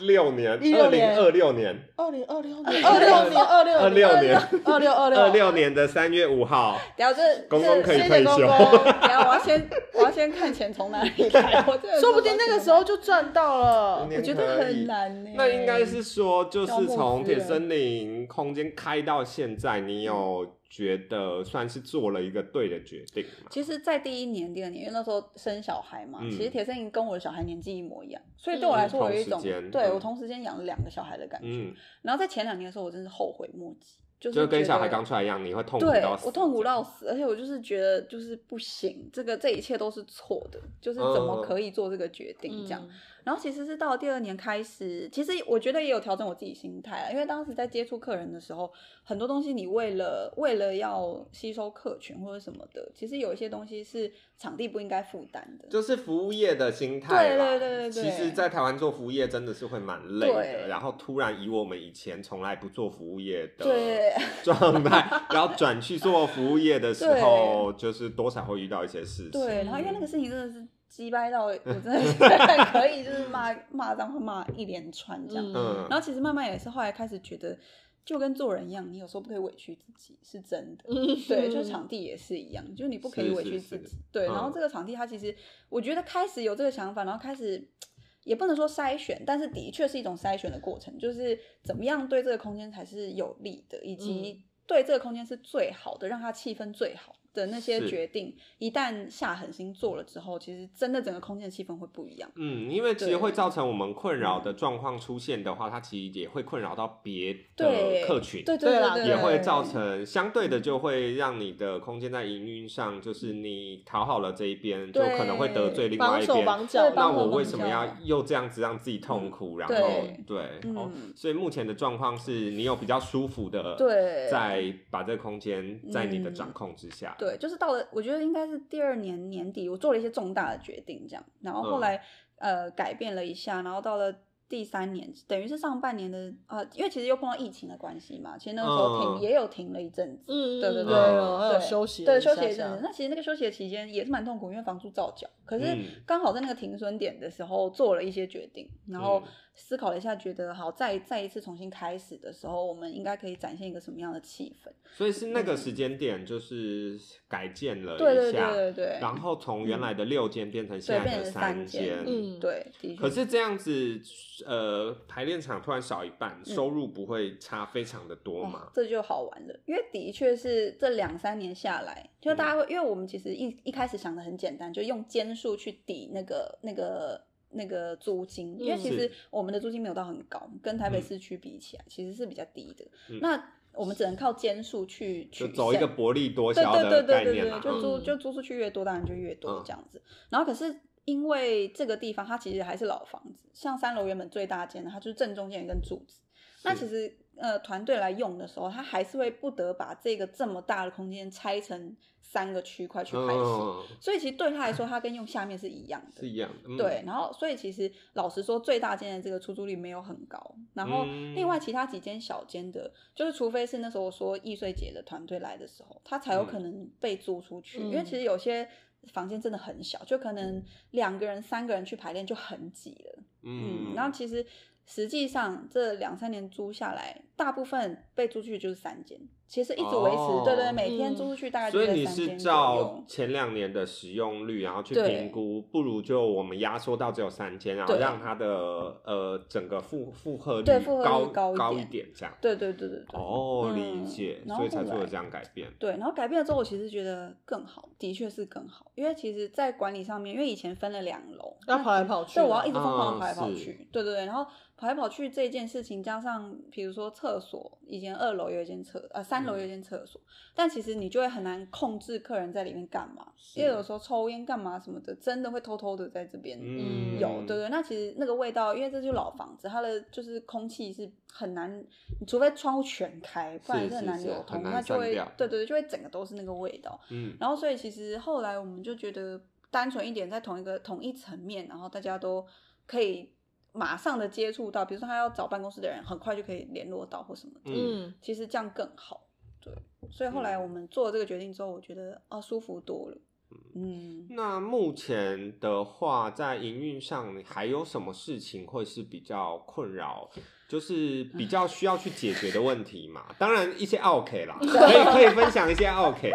Speaker 2: 六年、二
Speaker 1: 16
Speaker 2: 零
Speaker 1: 年
Speaker 2: 二六年、
Speaker 1: 二零二六年、二六年、二六
Speaker 2: 26年
Speaker 1: 二六 二六
Speaker 2: 二六年的三月五号，
Speaker 3: 等一下这
Speaker 2: 公
Speaker 3: 这
Speaker 2: 公可以
Speaker 1: 谢
Speaker 2: 退
Speaker 1: 谢
Speaker 2: 休
Speaker 1: 公 公，
Speaker 3: 等一下我要先我要先看钱从哪里来，我真的是
Speaker 1: 说不定那个时候就赚到了。
Speaker 2: 明
Speaker 3: 我
Speaker 2: 年
Speaker 3: 觉得
Speaker 2: 可以
Speaker 3: 很欸难呢。
Speaker 2: 那应该是说，就是
Speaker 3: 招募
Speaker 2: 从
Speaker 3: 资
Speaker 2: 铁
Speaker 3: 源
Speaker 2: 森林空间开到现在，你有觉得算是做了一个对的决定吗？
Speaker 3: 其实，在第一年、第二年，因为那时候生小孩嘛，
Speaker 2: 嗯
Speaker 3: 其实铁森营跟我的小孩年纪一模一样，所以对我来说，
Speaker 2: 嗯
Speaker 3: 我有一种
Speaker 2: 同时间
Speaker 3: 对
Speaker 2: 嗯
Speaker 3: 我同时间养了两个小孩的感觉。
Speaker 2: 嗯，
Speaker 3: 然后在前两年的时候，我真是后悔莫及，就是
Speaker 2: 就跟
Speaker 3: 觉
Speaker 2: 小孩
Speaker 3: 得
Speaker 2: 刚出来一样，你会痛苦
Speaker 3: 对
Speaker 2: 到死。
Speaker 3: 我痛苦到死，而且我就是觉得就是不行，这个这一切都是错的，就是
Speaker 2: 嗯
Speaker 3: 怎么可以做这个决定
Speaker 1: 嗯
Speaker 3: 这样。然后其实是到了第二年开始，其实我觉得也有调整我自己心态啊，因为当时在接触客人的时候，很多东西你为了为了要吸收客群或者什么的，其实有一些东西是场地不应该负担的。
Speaker 2: 就是服务业的心态啦。
Speaker 3: 对对对对
Speaker 2: 其
Speaker 3: 对
Speaker 2: 实，在台湾做服务业真的是会蛮累的。
Speaker 3: 对
Speaker 2: 然后突然以我们以前从来不做服务业的
Speaker 3: 对，
Speaker 2: 状态， 然后转去做服务业的时候，就是多少会遇到一些事情。
Speaker 3: 对，然后因为那个事情真的是击败到我，真的是 可以就是骂骂脏话骂一连串这样。
Speaker 2: 嗯
Speaker 3: 然后其实慢慢也是后来开始觉得，就跟做人一样，你有时候不可以委屈自己，是真的。对，就场地也是一样，就是你不可以
Speaker 2: 嗯是
Speaker 3: 委
Speaker 2: 是
Speaker 3: 屈自
Speaker 2: 是
Speaker 3: 己。对，
Speaker 2: 嗯
Speaker 3: 然后这个场地它其实，我觉得开始有这个想法，然后开始。也不能说筛选，但是的确是一种筛选的过程，就是怎么样对这个空间才是有利的，以
Speaker 2: 嗯
Speaker 3: 及对这个空间是最好的，让它气氛最好的那些
Speaker 2: 是
Speaker 3: 决定，一旦下狠心做了之后，其实真的整个空间的气氛会不一样。
Speaker 2: 嗯，因为其实
Speaker 3: 对嗯
Speaker 2: 会造成我们困扰的状况出现的话，它其实也会困扰到别
Speaker 3: 对
Speaker 2: 的客群，
Speaker 3: 对
Speaker 1: 对
Speaker 3: 对
Speaker 1: 啦
Speaker 3: 对，
Speaker 2: 啊也会
Speaker 3: 对嗯
Speaker 2: 造成相对的，就会让你的空间在营运上，就是你讨好了这一边，就
Speaker 3: 对
Speaker 2: 可能会得罪另外
Speaker 1: 绑
Speaker 2: 一
Speaker 1: 手
Speaker 2: 边。
Speaker 1: 绑脚
Speaker 3: 对，
Speaker 2: 那
Speaker 3: 绑手
Speaker 2: 我
Speaker 3: 绑
Speaker 2: 为什么
Speaker 3: 脚
Speaker 2: 要又这样子让自己痛苦？然后
Speaker 3: 嗯对
Speaker 2: 对，
Speaker 3: 嗯
Speaker 2: 哦，所以目前的状况是你有比较舒服的，
Speaker 3: 对
Speaker 2: 在把这个空间在你的
Speaker 3: 嗯
Speaker 2: 掌控之下。
Speaker 3: 对，就是到了，我觉得应该是第二年年底，我做了一些重大的决定，这样，然后后
Speaker 2: 嗯
Speaker 3: 来、呃改变了一下，然后到了。第三年等于是上半年的呃，因为其实又碰到疫情的关系嘛，其实那个时候
Speaker 2: 嗯
Speaker 3: 停、也有停了一阵子，
Speaker 1: 嗯，
Speaker 3: 对对
Speaker 1: 对，还有休息，
Speaker 3: 对休息一阵子
Speaker 1: 子。。
Speaker 3: 那其实那个休息的期间也是蛮痛苦，因为房租照缴。可是
Speaker 2: 嗯
Speaker 3: 刚好在那个停损点的时候做了一些决定，然后
Speaker 2: 嗯
Speaker 3: 思考了一下，觉得好再再一次重新开始的时候，我们应该可以展现一个什么样的气氛？
Speaker 2: 所以是那个时间点，就是改建了
Speaker 3: 嗯对对
Speaker 2: 一
Speaker 3: 对
Speaker 2: 下，
Speaker 3: 对对，
Speaker 2: 然后从原来的六间变成
Speaker 3: 对
Speaker 2: 现在
Speaker 3: 变
Speaker 2: 的
Speaker 3: 成
Speaker 2: 三
Speaker 3: 三间
Speaker 2: 间，
Speaker 1: 嗯
Speaker 3: 对，的确
Speaker 2: 可是这样子，呃，排练场突然少一半，
Speaker 3: 嗯哦
Speaker 2: 收入不会差非常的多
Speaker 3: 哇
Speaker 2: 嘛？
Speaker 3: 这就好玩了，因为的确是这两三年下来，就大家
Speaker 2: 嗯
Speaker 3: 会，因为我们其实一一开始想的很简单，就用间数去抵那个那个那个租金，因为
Speaker 1: 嗯
Speaker 3: 其实
Speaker 2: 是
Speaker 3: 我们的租金没有到很高，跟台北
Speaker 2: 嗯
Speaker 3: 市区比起来，其实是比较低的。
Speaker 2: 嗯
Speaker 3: 那我们只能靠间数去
Speaker 2: 就
Speaker 3: 去
Speaker 2: 走一个薄利多销
Speaker 3: 对
Speaker 2: 的
Speaker 3: 对
Speaker 2: 概
Speaker 3: 对对
Speaker 2: 念
Speaker 3: 对对，
Speaker 2: 嘛。
Speaker 3: 就
Speaker 2: 嗯
Speaker 3: 租
Speaker 1: 嗯
Speaker 3: 就租出去越多，当然就越多
Speaker 2: 嗯
Speaker 3: 这样子。然后可是因为这个地方它其实还是老房子，像三楼原本最大间的，它就是正中间有一根柱子。那
Speaker 2: 是
Speaker 3: 其实呃，团队来用的时候，它还是会不得把这个这么大的空间拆成三个区块去拍戏。
Speaker 2: 嗯，
Speaker 3: 所以其实对他来说，它跟用下面是一样的
Speaker 2: 是。一样的。嗯、
Speaker 3: 对，，然后所以其实老实说，最大间的这个出租率没有很高，然后
Speaker 2: 嗯
Speaker 3: 另外其他几间小间的，就是除非是那时候说易碎节的团队来的时候，它才有可
Speaker 2: 嗯
Speaker 3: 能被租出去，因为
Speaker 1: 嗯
Speaker 3: 其实有些。房间真的很小，就可能两个人、三个人去排练就很挤了。嗯，
Speaker 2: 嗯，
Speaker 3: 然后其实实际上这两三年租下来，大部分被租出去就是三间，其实一直维持，
Speaker 2: 哦
Speaker 3: 对对，每
Speaker 1: 嗯
Speaker 3: 天租出去大概就
Speaker 2: 所以
Speaker 3: 在
Speaker 2: 你
Speaker 3: 三
Speaker 2: 是
Speaker 3: 间左
Speaker 2: 照
Speaker 3: 右。
Speaker 2: 前两年的使用率，然后去
Speaker 3: 对
Speaker 2: 评估，不如就我们压缩到只有三间，然后
Speaker 3: 对
Speaker 2: 让它的呃整个负负荷率
Speaker 3: 对负荷率
Speaker 2: 高
Speaker 3: 高一
Speaker 2: 一
Speaker 3: 点
Speaker 2: 点这样。
Speaker 3: 对对对对对。
Speaker 2: 哦，理
Speaker 3: 嗯
Speaker 2: 解，
Speaker 3: 然
Speaker 2: 所以
Speaker 3: 后
Speaker 2: 才
Speaker 3: 后
Speaker 2: 做了
Speaker 3: 来
Speaker 2: 这样改变。
Speaker 3: 对，然后改变了之后，我其实觉得更好，的确是更好，因为其实，在管理上面，因为以前分了两楼，
Speaker 1: 要
Speaker 3: 那
Speaker 1: 跑来跑去啊
Speaker 3: 对，我要
Speaker 1: 的
Speaker 3: 一直疯
Speaker 2: 嗯
Speaker 3: 狂地跑来跑
Speaker 2: 是
Speaker 3: 去，对对对，然后跑来跑去这件事情，加上比如说厕所，以前二楼有一间厕，呃，三楼
Speaker 1: 嗯
Speaker 3: 有一间厕所，但其实你就会很难控制客人在里面干嘛，因为
Speaker 2: 是
Speaker 3: 有时候抽烟干嘛什么的，真的会偷偷的在这边
Speaker 2: 嗯，
Speaker 3: 有，对对，那其实那个味道，因为这就是老房子，它的就是空气是很难，你除非窗户全开，不然
Speaker 2: 是
Speaker 3: 是很
Speaker 2: 是
Speaker 3: 难
Speaker 2: 是
Speaker 3: 流
Speaker 2: 很
Speaker 3: 通，
Speaker 2: 难
Speaker 3: 那就
Speaker 2: 散
Speaker 3: 会，
Speaker 2: 掉
Speaker 3: 对对对，就会整个都是那个味道。
Speaker 2: 嗯，
Speaker 3: 然后所以其实后来我们就觉得单纯一点，在同一个同一层面，然后大家都可以马上的接触到，比如说他要找办公室的人，很快就可以联络到或什么的。
Speaker 2: 嗯
Speaker 1: 嗯，
Speaker 3: 其实这样更好，对。所以后来我们做了这个决定之后，我觉得啊舒服多了。嗯，
Speaker 2: 那目前的话，在营运上你还有什么事情会是比较困扰，就是比较需要去解决的问题 嘛？当然一些 OK 啦，可以可以分享一些 OK，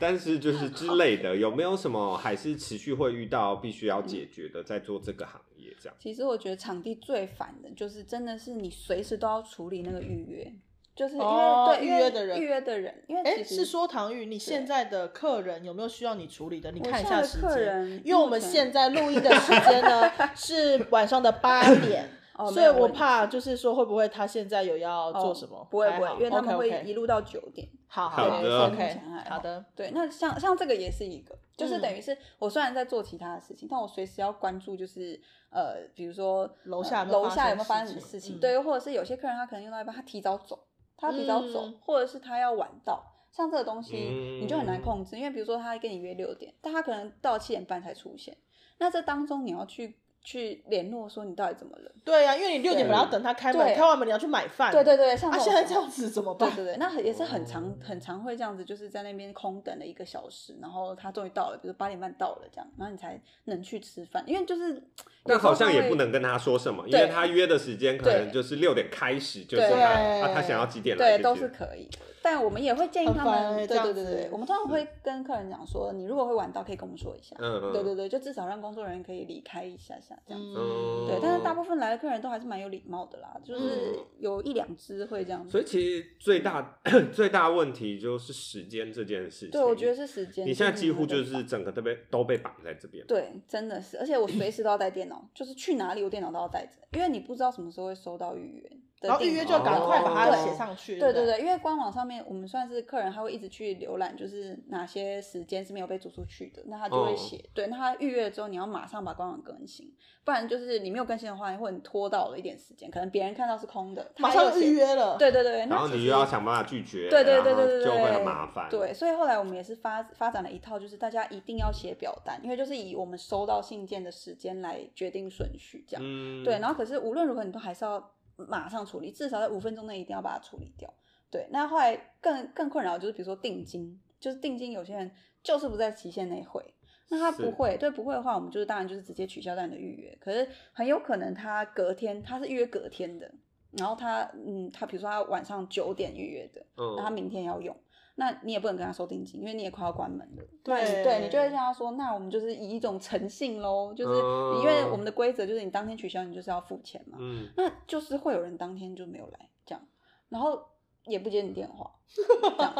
Speaker 2: 但是就是之类的，有没有什么还是持续会遇到必须要解决的，在做这个行业这样？
Speaker 3: 其实我觉得场地最烦的就是真的是你随时都要处理那个预约，就是因为、
Speaker 1: 哦
Speaker 3: 对
Speaker 1: 预
Speaker 3: 因为
Speaker 1: 约的人
Speaker 3: 预约的人，因为
Speaker 1: 哎，
Speaker 3: 其实
Speaker 1: 是说唐玉，你现在的客人有没有需要你处理的？你
Speaker 3: 我
Speaker 1: 看一
Speaker 3: 现
Speaker 1: 下
Speaker 3: 在的
Speaker 1: 时
Speaker 3: 客
Speaker 1: 间，
Speaker 3: 人
Speaker 1: 因为我们现在录音的时间呢 是晚上的八点，
Speaker 3: 哦
Speaker 1: 所
Speaker 3: 没
Speaker 1: 以
Speaker 3: 有
Speaker 1: 我
Speaker 3: 问题
Speaker 1: 怕就是说会不会他现在有要做
Speaker 3: 哦
Speaker 1: 什么？
Speaker 3: 不会
Speaker 1: 还
Speaker 3: 不会
Speaker 1: 好，
Speaker 3: 因为他们
Speaker 1: OK，OK
Speaker 3: 会一路到九点。
Speaker 1: 好
Speaker 2: 好
Speaker 1: 好
Speaker 2: 的
Speaker 1: ，OK，
Speaker 3: 目前还好
Speaker 1: 好的，
Speaker 3: 对，那像像这个也是一个，就是
Speaker 1: 嗯
Speaker 3: 等于是我虽然在做其他的事情，但我随时要关注，就是呃，比如说
Speaker 1: 楼
Speaker 3: 呃
Speaker 1: 下有没有
Speaker 3: 楼
Speaker 1: 发
Speaker 3: 下有
Speaker 1: 生
Speaker 3: 没有发生
Speaker 1: 事
Speaker 3: 什么
Speaker 1: 情
Speaker 3: 事情，
Speaker 1: 嗯
Speaker 3: 对，或者是有些客人他可能用到一半，他提早走，他提早走，
Speaker 1: 嗯
Speaker 3: 或者是他要晚到。像这个东西，你就很难
Speaker 2: 嗯
Speaker 3: 控制，因为比如说他跟你约六点，但他可能到七点半才出现，那这当中你要去去联络说你到底怎么了，
Speaker 1: 对啊呀，因为你六点本来要等他开门，
Speaker 3: 对
Speaker 1: 开完门你要去买饭，
Speaker 3: 对对对，像
Speaker 1: 啊，
Speaker 3: 种
Speaker 1: 现在
Speaker 3: 情
Speaker 1: 这
Speaker 3: 况
Speaker 1: 样子怎么
Speaker 3: 对
Speaker 1: 办？
Speaker 3: 对对，那很也是
Speaker 2: 哦
Speaker 3: 很常很常会这样子，就是在那边空等了一个小时，然后他终于到了，比如八点半到了这样，然后你才能去吃饭，因为就是
Speaker 2: 但好像也不。
Speaker 3: 有时候他会
Speaker 2: 能跟他说什么，因为
Speaker 3: 对
Speaker 2: 他约的时间可能就是六点开始，就是他
Speaker 3: 对
Speaker 2: 啊，他想要几点来
Speaker 3: 对，
Speaker 2: 就
Speaker 3: 都
Speaker 2: 几
Speaker 3: 是
Speaker 2: 点
Speaker 3: 可以的，但我们也会建议
Speaker 1: 很
Speaker 3: 他
Speaker 1: 烦欸
Speaker 3: 们，对
Speaker 1: 这
Speaker 3: 对
Speaker 1: 样
Speaker 3: 对
Speaker 1: 子
Speaker 3: 对，我们通常会跟客人讲说，你如果会晚到，可以跟我们说一下，
Speaker 2: 嗯嗯
Speaker 3: 对对对，就至少让工作人员可以离开一下下这样子，
Speaker 2: 嗯
Speaker 3: 对，但是大部分来的客人都还是蛮有礼貌的啦，就是
Speaker 2: 嗯
Speaker 3: 有一两只会这样子，
Speaker 2: 所以其实最大 最大问题就是时间这件事情。
Speaker 3: 对，我觉得是时间，
Speaker 2: 你现在几乎
Speaker 3: 真
Speaker 2: 就
Speaker 3: 的没有办法
Speaker 2: 是整个都被都被绑在这边。
Speaker 3: 对，真的是，而且我随时都要带电脑，就是去哪里我电脑都要带着，因为你不知道什么时候会收到预约的
Speaker 1: 然后预
Speaker 3: 订
Speaker 1: 约
Speaker 3: 单
Speaker 1: 就赶快把它
Speaker 3: 对
Speaker 1: 写上去，
Speaker 3: 对
Speaker 1: 对
Speaker 3: 对
Speaker 1: 不，
Speaker 3: 对，因为官网上面我们算是客人，他会一直去浏览，就是哪些时间是没有被租出去的，那他就会
Speaker 2: 哦
Speaker 3: 写。对，那他预约了之后，你要马上把官网更新，不然就是你没有更新的话，或者你拖到了一点时间，可能别人看到是空的，他
Speaker 1: 马
Speaker 3: 又
Speaker 1: 上
Speaker 3: 写
Speaker 1: 预。约了，
Speaker 3: 对对对，那
Speaker 2: 然后
Speaker 3: 其
Speaker 2: 你
Speaker 3: 实
Speaker 2: 又要想办法拒绝，
Speaker 3: 对对对
Speaker 2: 然后
Speaker 3: 对对，
Speaker 2: 就会很
Speaker 3: 对
Speaker 2: 麻烦。
Speaker 3: 对，所以后来我们也是发发展了一套，就是大家一定要写表单，因为就是以我们收到信件的时间来决定顺序，这样。
Speaker 2: 嗯，
Speaker 3: 对，然后可是无论如何，你都还是要马上处理，至少在五分钟内一定要把它处理掉。对，那后来更更困扰的就是，比如说定金，就是定金，有些人就是不在期限内汇，那他
Speaker 2: 是
Speaker 3: 不会，对不会的话，我们就是当然就是直接取消掉你的预约。可是很有可能他隔天他是预约隔天的，然后他嗯，他比如说他晚上九点预约的，
Speaker 2: 嗯
Speaker 3: 那他明天要用，那你也不能跟他收定金，因为你也快要关门了。
Speaker 1: 对
Speaker 3: 那你对你就会跟他说，那我们就是以一种诚信喽，就是你因为我们的规则就是你当天取消，你就是要付钱嘛，
Speaker 2: 嗯，
Speaker 3: 那就是会有人当天就没有来这样，然后也不接你 电话，这样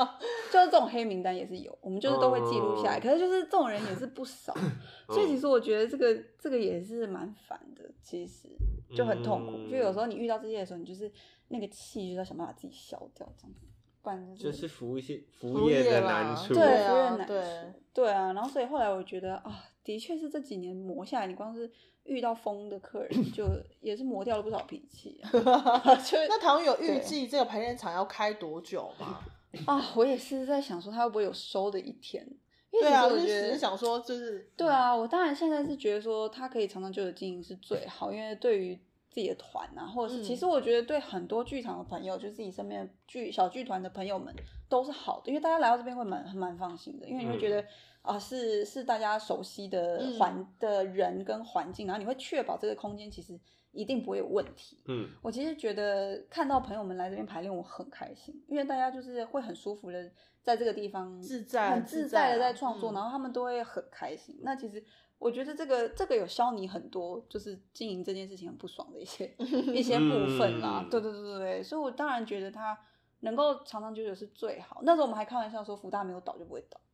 Speaker 3: 就是这种黑名单也是有，我们就是都会记录下来。
Speaker 2: 嗯
Speaker 3: 可是就是这种人也是 不少，所以其
Speaker 2: 实
Speaker 3: 实我觉得这个这个也是蛮烦的，其实就很痛
Speaker 2: 嗯
Speaker 3: 苦。就有时候你遇到这些的时候，你就是那个气就是要想办法自己消掉，这样，不然、
Speaker 2: 嗯就是是服务业服
Speaker 1: 服
Speaker 2: 务
Speaker 1: 务
Speaker 2: 业
Speaker 1: 业
Speaker 2: 的
Speaker 1: 啦
Speaker 2: 难处，
Speaker 3: 对，
Speaker 1: 对啊
Speaker 3: 服务业难
Speaker 1: 对
Speaker 3: 处对啊。然后所以后来我觉得啊，的确是这几年磨下来，你光是遇到疯的客人，就也是磨掉了不少脾气、 啊。就
Speaker 1: 那唐宇有预
Speaker 3: 对
Speaker 1: 计这个排练场要开多久吗？
Speaker 3: 啊，我也是在想说，他会不会有收的一天？因为
Speaker 1: 对
Speaker 3: 其实
Speaker 1: 啊，
Speaker 3: 我
Speaker 1: 我就
Speaker 3: 觉
Speaker 1: 只
Speaker 3: 得
Speaker 1: 是想说，就是
Speaker 3: 对，啊，我当然现在是觉得说他可以长长久久经营是最好，因为对于自己的团啊，或者是、其
Speaker 1: 嗯
Speaker 3: 实我觉得对很多剧场的朋友，就是自己身边的剧小剧团的朋友们都是好的，因为大家来到这边会蛮蛮放心的，因为你会觉得啊、是是大家熟悉的
Speaker 1: 嗯
Speaker 3: 环的人跟环境，然后你会确保这个空间其实一定不会有问题。
Speaker 2: 嗯
Speaker 3: 我其实觉得看到朋友们来这边排练，我很开心，因为大家就是会很舒服的在这个地方
Speaker 1: 自在
Speaker 3: 很
Speaker 1: 自
Speaker 3: 自在的
Speaker 1: 在啊
Speaker 3: 在创作，
Speaker 1: 嗯
Speaker 3: 然后他们都会很开心。那其实我觉得这个这个有消你很多，就是经营这件事情很不爽的一些一些部分啦
Speaker 2: 嗯。
Speaker 3: 对对对对对，所以我当然觉得他能够长长久久是最好。那时候我们还开玩笑说，福大没有倒就不会倒。
Speaker 1: 嗯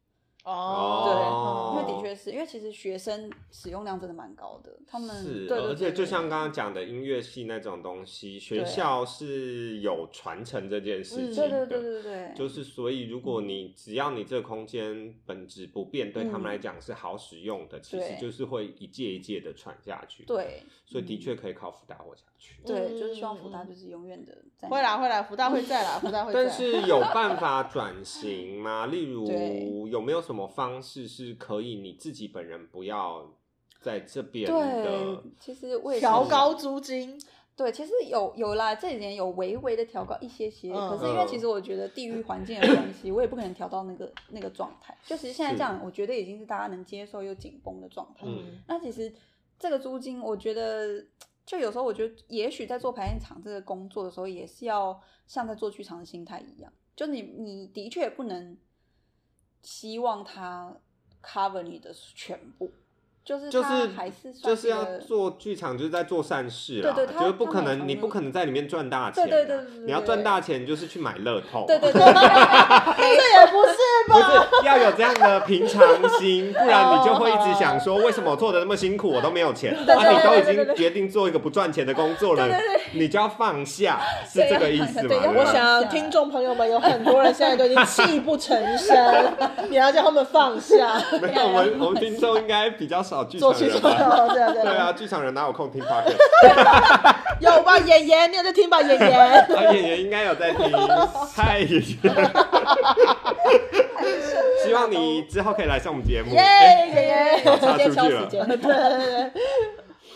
Speaker 1: 哦，
Speaker 3: 对，因为的确是因为其实学生使用量真的蛮高的，他们
Speaker 2: 是，呃
Speaker 3: 对对
Speaker 2: 而且
Speaker 3: 对
Speaker 2: 就
Speaker 3: 对
Speaker 2: 像刚刚讲的音乐系那种东西，学
Speaker 3: 对
Speaker 2: 校是有传承这件事
Speaker 1: 嗯
Speaker 2: 情
Speaker 3: 对对
Speaker 2: 的。
Speaker 3: 对对对，
Speaker 2: 就是，所以如果你只要你这个空间本质不变，对他们
Speaker 3: 嗯
Speaker 2: 来讲是好使用的，其实
Speaker 3: 对
Speaker 2: 就是会一届一届的传下去。，
Speaker 3: 对嗯
Speaker 2: 所以的确可以靠福大活下去。
Speaker 3: 对，就是希望福
Speaker 1: 嗯
Speaker 3: 大
Speaker 1: 嗯
Speaker 3: 就是永远的在
Speaker 1: 会啦会啦，福大会在啦，福大会在。
Speaker 2: 但是有办法转型 吗？例如
Speaker 3: 对
Speaker 2: 有没有什么方式是可以你自己本人不要在这边
Speaker 3: 对
Speaker 2: 的？，
Speaker 3: 其实我也是
Speaker 1: 调高租金，
Speaker 3: 对，其实有有啦，这几年有微微的调高一些些，
Speaker 1: 嗯
Speaker 3: 可是因为
Speaker 2: 嗯
Speaker 3: 其实我觉得地域环境的关系，我也不可能调到那个那个状态。就其实现在这样，我觉得已经是大家能接受又紧绷的状态。
Speaker 2: 嗯
Speaker 3: 那其实这个租金，我觉得就有时候我觉得，也许在做排练场这个工作的时候，也是要像在做剧场的心态一样，就你你的确不能希望它 cover 你的全部，就是
Speaker 2: 就
Speaker 3: 它
Speaker 2: 是
Speaker 3: 还是
Speaker 2: 就
Speaker 3: 算
Speaker 2: 是
Speaker 3: 一个
Speaker 2: 要做剧场，就是在做善事啦，
Speaker 3: 对对他
Speaker 2: 就是不可
Speaker 3: 他
Speaker 2: 能，
Speaker 3: 们
Speaker 2: 你不可能在里面赚大钱啊，
Speaker 3: 对对对对对
Speaker 2: 你要赚大钱就是去买乐透，
Speaker 3: 对 对对，没
Speaker 1: 嗯这也不是
Speaker 2: 不是要有这样的平常心，不然你就会一直想说，为什么我做的那么辛苦，我都没有钱？
Speaker 3: 对
Speaker 2: 啊，你都已
Speaker 3: 对对对
Speaker 2: 经决定做一个不赚钱的工作了，你就要放下，是
Speaker 3: 对
Speaker 2: 这个意思吗？
Speaker 3: 对要
Speaker 1: 我
Speaker 3: 放下
Speaker 1: 想听众朋友们有很多人现在都已经泣不成声，你要叫他们放 下。
Speaker 2: 没有，我们我们听众应该比较少剧
Speaker 1: 做
Speaker 2: 场
Speaker 1: 剧
Speaker 2: 人
Speaker 1: 场，
Speaker 2: 吧？
Speaker 1: 对对
Speaker 2: 对
Speaker 1: 对，
Speaker 2: 啊，剧场人哪有空听 podcast？
Speaker 1: 有吧？演员，你有在听吧？演员，
Speaker 2: 啊，演员应该有在 听，嗨，演员，希望你之后可以来上我们节 目。
Speaker 1: 耶，
Speaker 2: 哎
Speaker 1: 演员，
Speaker 2: 好差
Speaker 1: 直接
Speaker 2: 出
Speaker 1: 敲
Speaker 2: 去
Speaker 1: 时
Speaker 2: 了
Speaker 1: 间，对
Speaker 3: 啊
Speaker 1: 对对，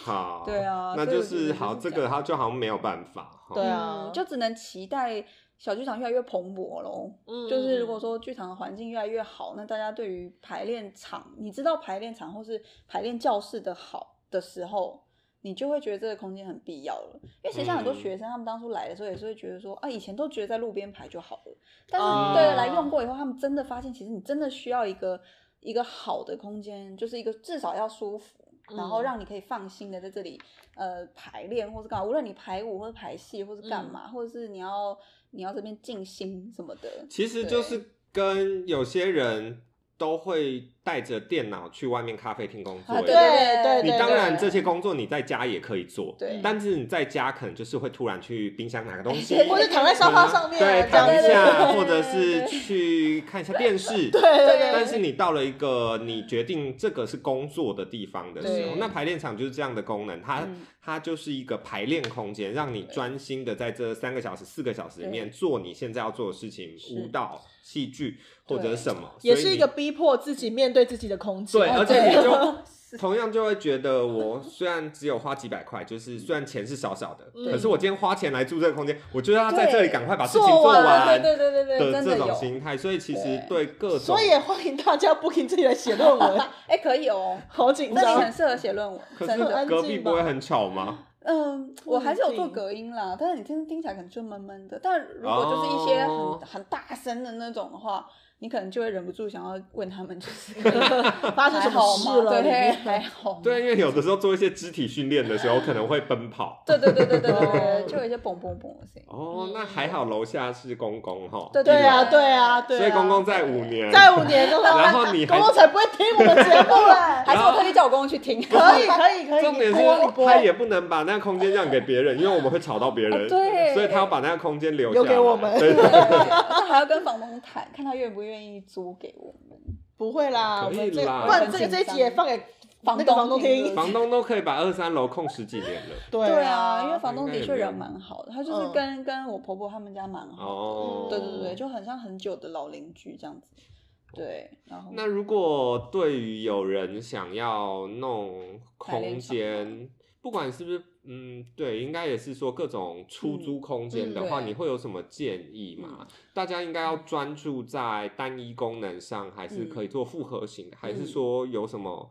Speaker 2: 好，
Speaker 3: 对啊
Speaker 2: 那
Speaker 3: 所以
Speaker 2: 就
Speaker 3: 我觉得
Speaker 2: 是
Speaker 3: 就是
Speaker 2: 好，
Speaker 3: 这
Speaker 2: 这个
Speaker 3: 样
Speaker 2: 他就好像没有办法，哈
Speaker 1: 对啊
Speaker 3: 嗯，就只能期待小剧场越来越蓬勃喽。
Speaker 1: 嗯
Speaker 3: 就是如果说剧场的环境越来越好，那大家对于排练场，你知道排练场或是排练教室的好的时候，你就会觉得这个空间很必要了。因为其实像很多
Speaker 2: 嗯
Speaker 3: 学生，他们当初来的时候也是会觉得说，啊，以前都觉得在路边排就好了，但是、
Speaker 1: 哦
Speaker 3: 对来用过以后，他们真的发现，其实你真的需要一个一个好的空间，就是一个至少要舒服。然
Speaker 1: 嗯
Speaker 3: 后让你可以放心的在这里，呃，排练或是干嘛，无论你排舞或是排戏或是干
Speaker 1: 嗯
Speaker 3: 嘛，或者是你要你要这边静心什么的，
Speaker 2: 其实就是跟有些人都会带着电脑去外面咖啡厅工作
Speaker 3: 啊，
Speaker 2: 一
Speaker 1: 对
Speaker 2: 样
Speaker 1: 对对，
Speaker 2: 你
Speaker 1: 对
Speaker 2: 当然这些工作你在家也可以做，
Speaker 3: 对
Speaker 2: 但是你在家可能就是会突然去冰箱拿个东西，啊
Speaker 3: 对
Speaker 1: 或者躺在沙发上面，
Speaker 2: 对，
Speaker 1: 这样
Speaker 2: 躺一
Speaker 1: 子
Speaker 2: 下，
Speaker 3: 对对对
Speaker 2: 或者是去看一下电视，
Speaker 1: 对对对，
Speaker 2: 但是你到了一个你决定这个是工作的地方的时候，
Speaker 1: 对
Speaker 2: 那排练场就是这样的功能，它、
Speaker 3: 嗯
Speaker 2: 它就是一个排练空间，让你专心的在这三个小时、四个小时里面
Speaker 3: 对
Speaker 2: 做你现在要做的事情，
Speaker 3: 是
Speaker 2: 舞蹈、戏剧或者是什么，
Speaker 1: 也
Speaker 2: 所以
Speaker 1: 是一
Speaker 2: 你
Speaker 1: 个逼迫自己面对自己的空间。
Speaker 2: 对，
Speaker 1: 哦
Speaker 2: 而且你就同样就会觉得，我虽然只有花几百块，就是虽然钱是少少的，
Speaker 1: 嗯
Speaker 2: 可是我今天花钱来住这个空间，我就要在这里赶快把事情
Speaker 1: 做
Speaker 2: 完
Speaker 1: 完
Speaker 3: 对对对对对，
Speaker 2: 的
Speaker 3: 真
Speaker 2: 这种
Speaker 3: 有，
Speaker 2: 心态，所以其实对各种，
Speaker 1: 所以也欢迎大家 booking 自己的写论 文，
Speaker 3: 哎，可以哦，
Speaker 1: 好紧
Speaker 3: 那你
Speaker 1: 张
Speaker 3: 很。适合写论文，
Speaker 2: 可
Speaker 3: 真
Speaker 2: 是
Speaker 3: 的。
Speaker 1: 安
Speaker 2: 隔
Speaker 1: 静
Speaker 2: 壁
Speaker 1: 吧
Speaker 2: 不会很吵吗？
Speaker 3: 嗯，我还是有做
Speaker 1: 定
Speaker 3: 隔音啦，但是你听听起来可能就闷闷的。但如果就是一些很、
Speaker 2: 哦
Speaker 3: 很大声的那种的话，你可能就会忍不住想要问他们，就是
Speaker 1: 发生什
Speaker 3: 还好
Speaker 1: 么事
Speaker 3: 吗
Speaker 1: 了？
Speaker 3: 对，
Speaker 1: 里
Speaker 3: 还
Speaker 1: 面
Speaker 3: 好吗。
Speaker 2: 对，因为有的时候做一些肢体训练的时候，可能会奔跑。
Speaker 3: 对对对对对对对，就有一些嘣嘣嘣的声音。
Speaker 2: 哦，那还好，楼下是公公哈。
Speaker 3: 对
Speaker 1: 嗯对啊，
Speaker 2: 一楼
Speaker 1: 对啊，对啊。
Speaker 2: 所以公公在五年，
Speaker 1: 在五年之后，
Speaker 2: 然后你还
Speaker 1: 公公才不会听我们节目 了。
Speaker 3: 还是我特地叫我公公去听，
Speaker 1: 可以，可以，可以。
Speaker 2: 重点
Speaker 1: 你播你
Speaker 2: 是
Speaker 1: 播
Speaker 2: 他也不能把那个空间让给别人，因为我们会吵到别 人，
Speaker 3: 哦对
Speaker 2: 所以他要把那个空间留下
Speaker 1: 留给
Speaker 2: 来
Speaker 1: 我们
Speaker 2: 对，
Speaker 3: 那还要跟房东谈，看他愿不愿意租给我们。
Speaker 1: 不会啦，
Speaker 2: 可以
Speaker 1: 我们这
Speaker 2: 啦
Speaker 1: 不然这个
Speaker 3: 很
Speaker 1: 这
Speaker 3: 紧
Speaker 1: 一
Speaker 3: 张
Speaker 1: 集也放给
Speaker 3: 房
Speaker 1: 那
Speaker 3: 东
Speaker 1: 个房东
Speaker 3: 听
Speaker 1: 听。
Speaker 2: 房东都可以把二三楼空十几年了。
Speaker 3: 对
Speaker 1: 啊
Speaker 3: 啊，，因为房东的确
Speaker 2: 应
Speaker 3: 人
Speaker 2: 该也没有
Speaker 3: 蛮好的，他就是
Speaker 1: 嗯
Speaker 3: 跟跟我婆婆他们家蛮好。
Speaker 2: 哦，
Speaker 3: 对对对，。就很像很久的老邻居这样子。对，然后
Speaker 2: 那如果对于有人想要弄空
Speaker 3: 排
Speaker 2: 间，不管是不是嗯，对，应该也是说各种出租空间的话，
Speaker 3: 嗯嗯对嗯
Speaker 2: 你会有什么建议吗？大家应该要专注
Speaker 3: 嗯
Speaker 2: 在单一功能上，还是可以做复合型的，还是说有什么？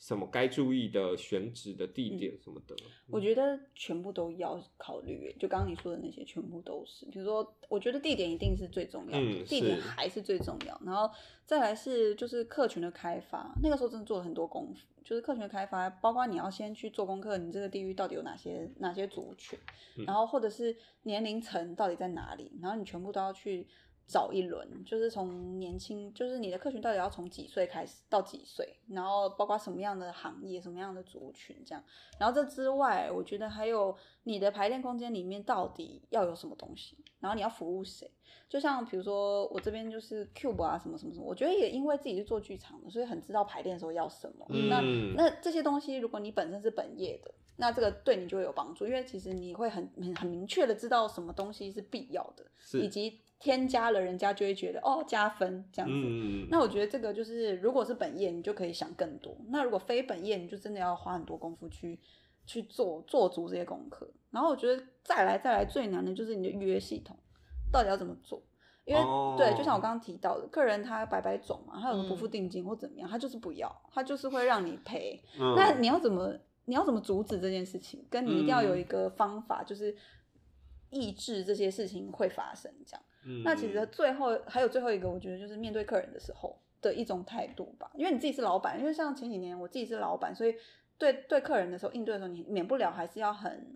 Speaker 2: 什么该注意的选址的地
Speaker 3: 嗯
Speaker 2: 点什么的。
Speaker 3: 我觉得全部都要考虑耶，就刚刚你说的那些，全部都是。比如说，我觉得地点一定是最重要的，
Speaker 2: 嗯
Speaker 3: 地点
Speaker 2: 是
Speaker 3: 还是最重要。然后再来是就是客群的开发，那个时候真的做了很多功夫，就是客群的开发，包括你要先去做功课，你这个地域到底有哪些哪些族群，
Speaker 2: 嗯
Speaker 3: 然后或者是年龄层到底在哪里，然后你全部都要去。找一轮，就是从年轻，就是你的客群到底要从几岁开始到几岁，然后包括什么样的行业、什么样的族群这样。然后这之外，我觉得还有你的排练空间里面到底要有什么东西，然后你要服务谁。就像比如说我这边就是 Cube 啊，什么什么什么，我觉得也因为自己是做剧场的，所以很知道排练的时候要什么。
Speaker 2: 嗯
Speaker 3: 那那这些东西，如果你本身是本业的，那这个对你就会有帮助，因为其实你会很很很明确的知道什么东西是必要的，
Speaker 2: 是，
Speaker 3: 以及添加了人家就会觉得哦加分这样子。
Speaker 2: 嗯，
Speaker 3: 那我觉得这个就是，如果是本业，你就可以想更多；那如果非本业，你就真的要花很多功夫去去做做足这些功课。然后我觉得再来再来最难的就是你的预约系统到底要怎么做，因为、
Speaker 2: 哦
Speaker 3: 对，就像我刚刚提到的，客人他百百种嘛，他有
Speaker 1: 嗯
Speaker 3: 的不付定金或怎么样，他就是不要，他就是会让你赔。
Speaker 2: 嗯
Speaker 3: 那你要怎么你要怎么阻止这件事情？跟你一定要有
Speaker 2: 嗯
Speaker 3: 一个方法，就是抑制这些事情会发生这样。
Speaker 2: 嗯
Speaker 3: 那其实最后还有最后一个，我觉得就是面对客人的时候的一种态度吧。因为你自己是老板，因为像前几年我自己是老板，所以对对客人的时候应对的时候，你免不了还是要很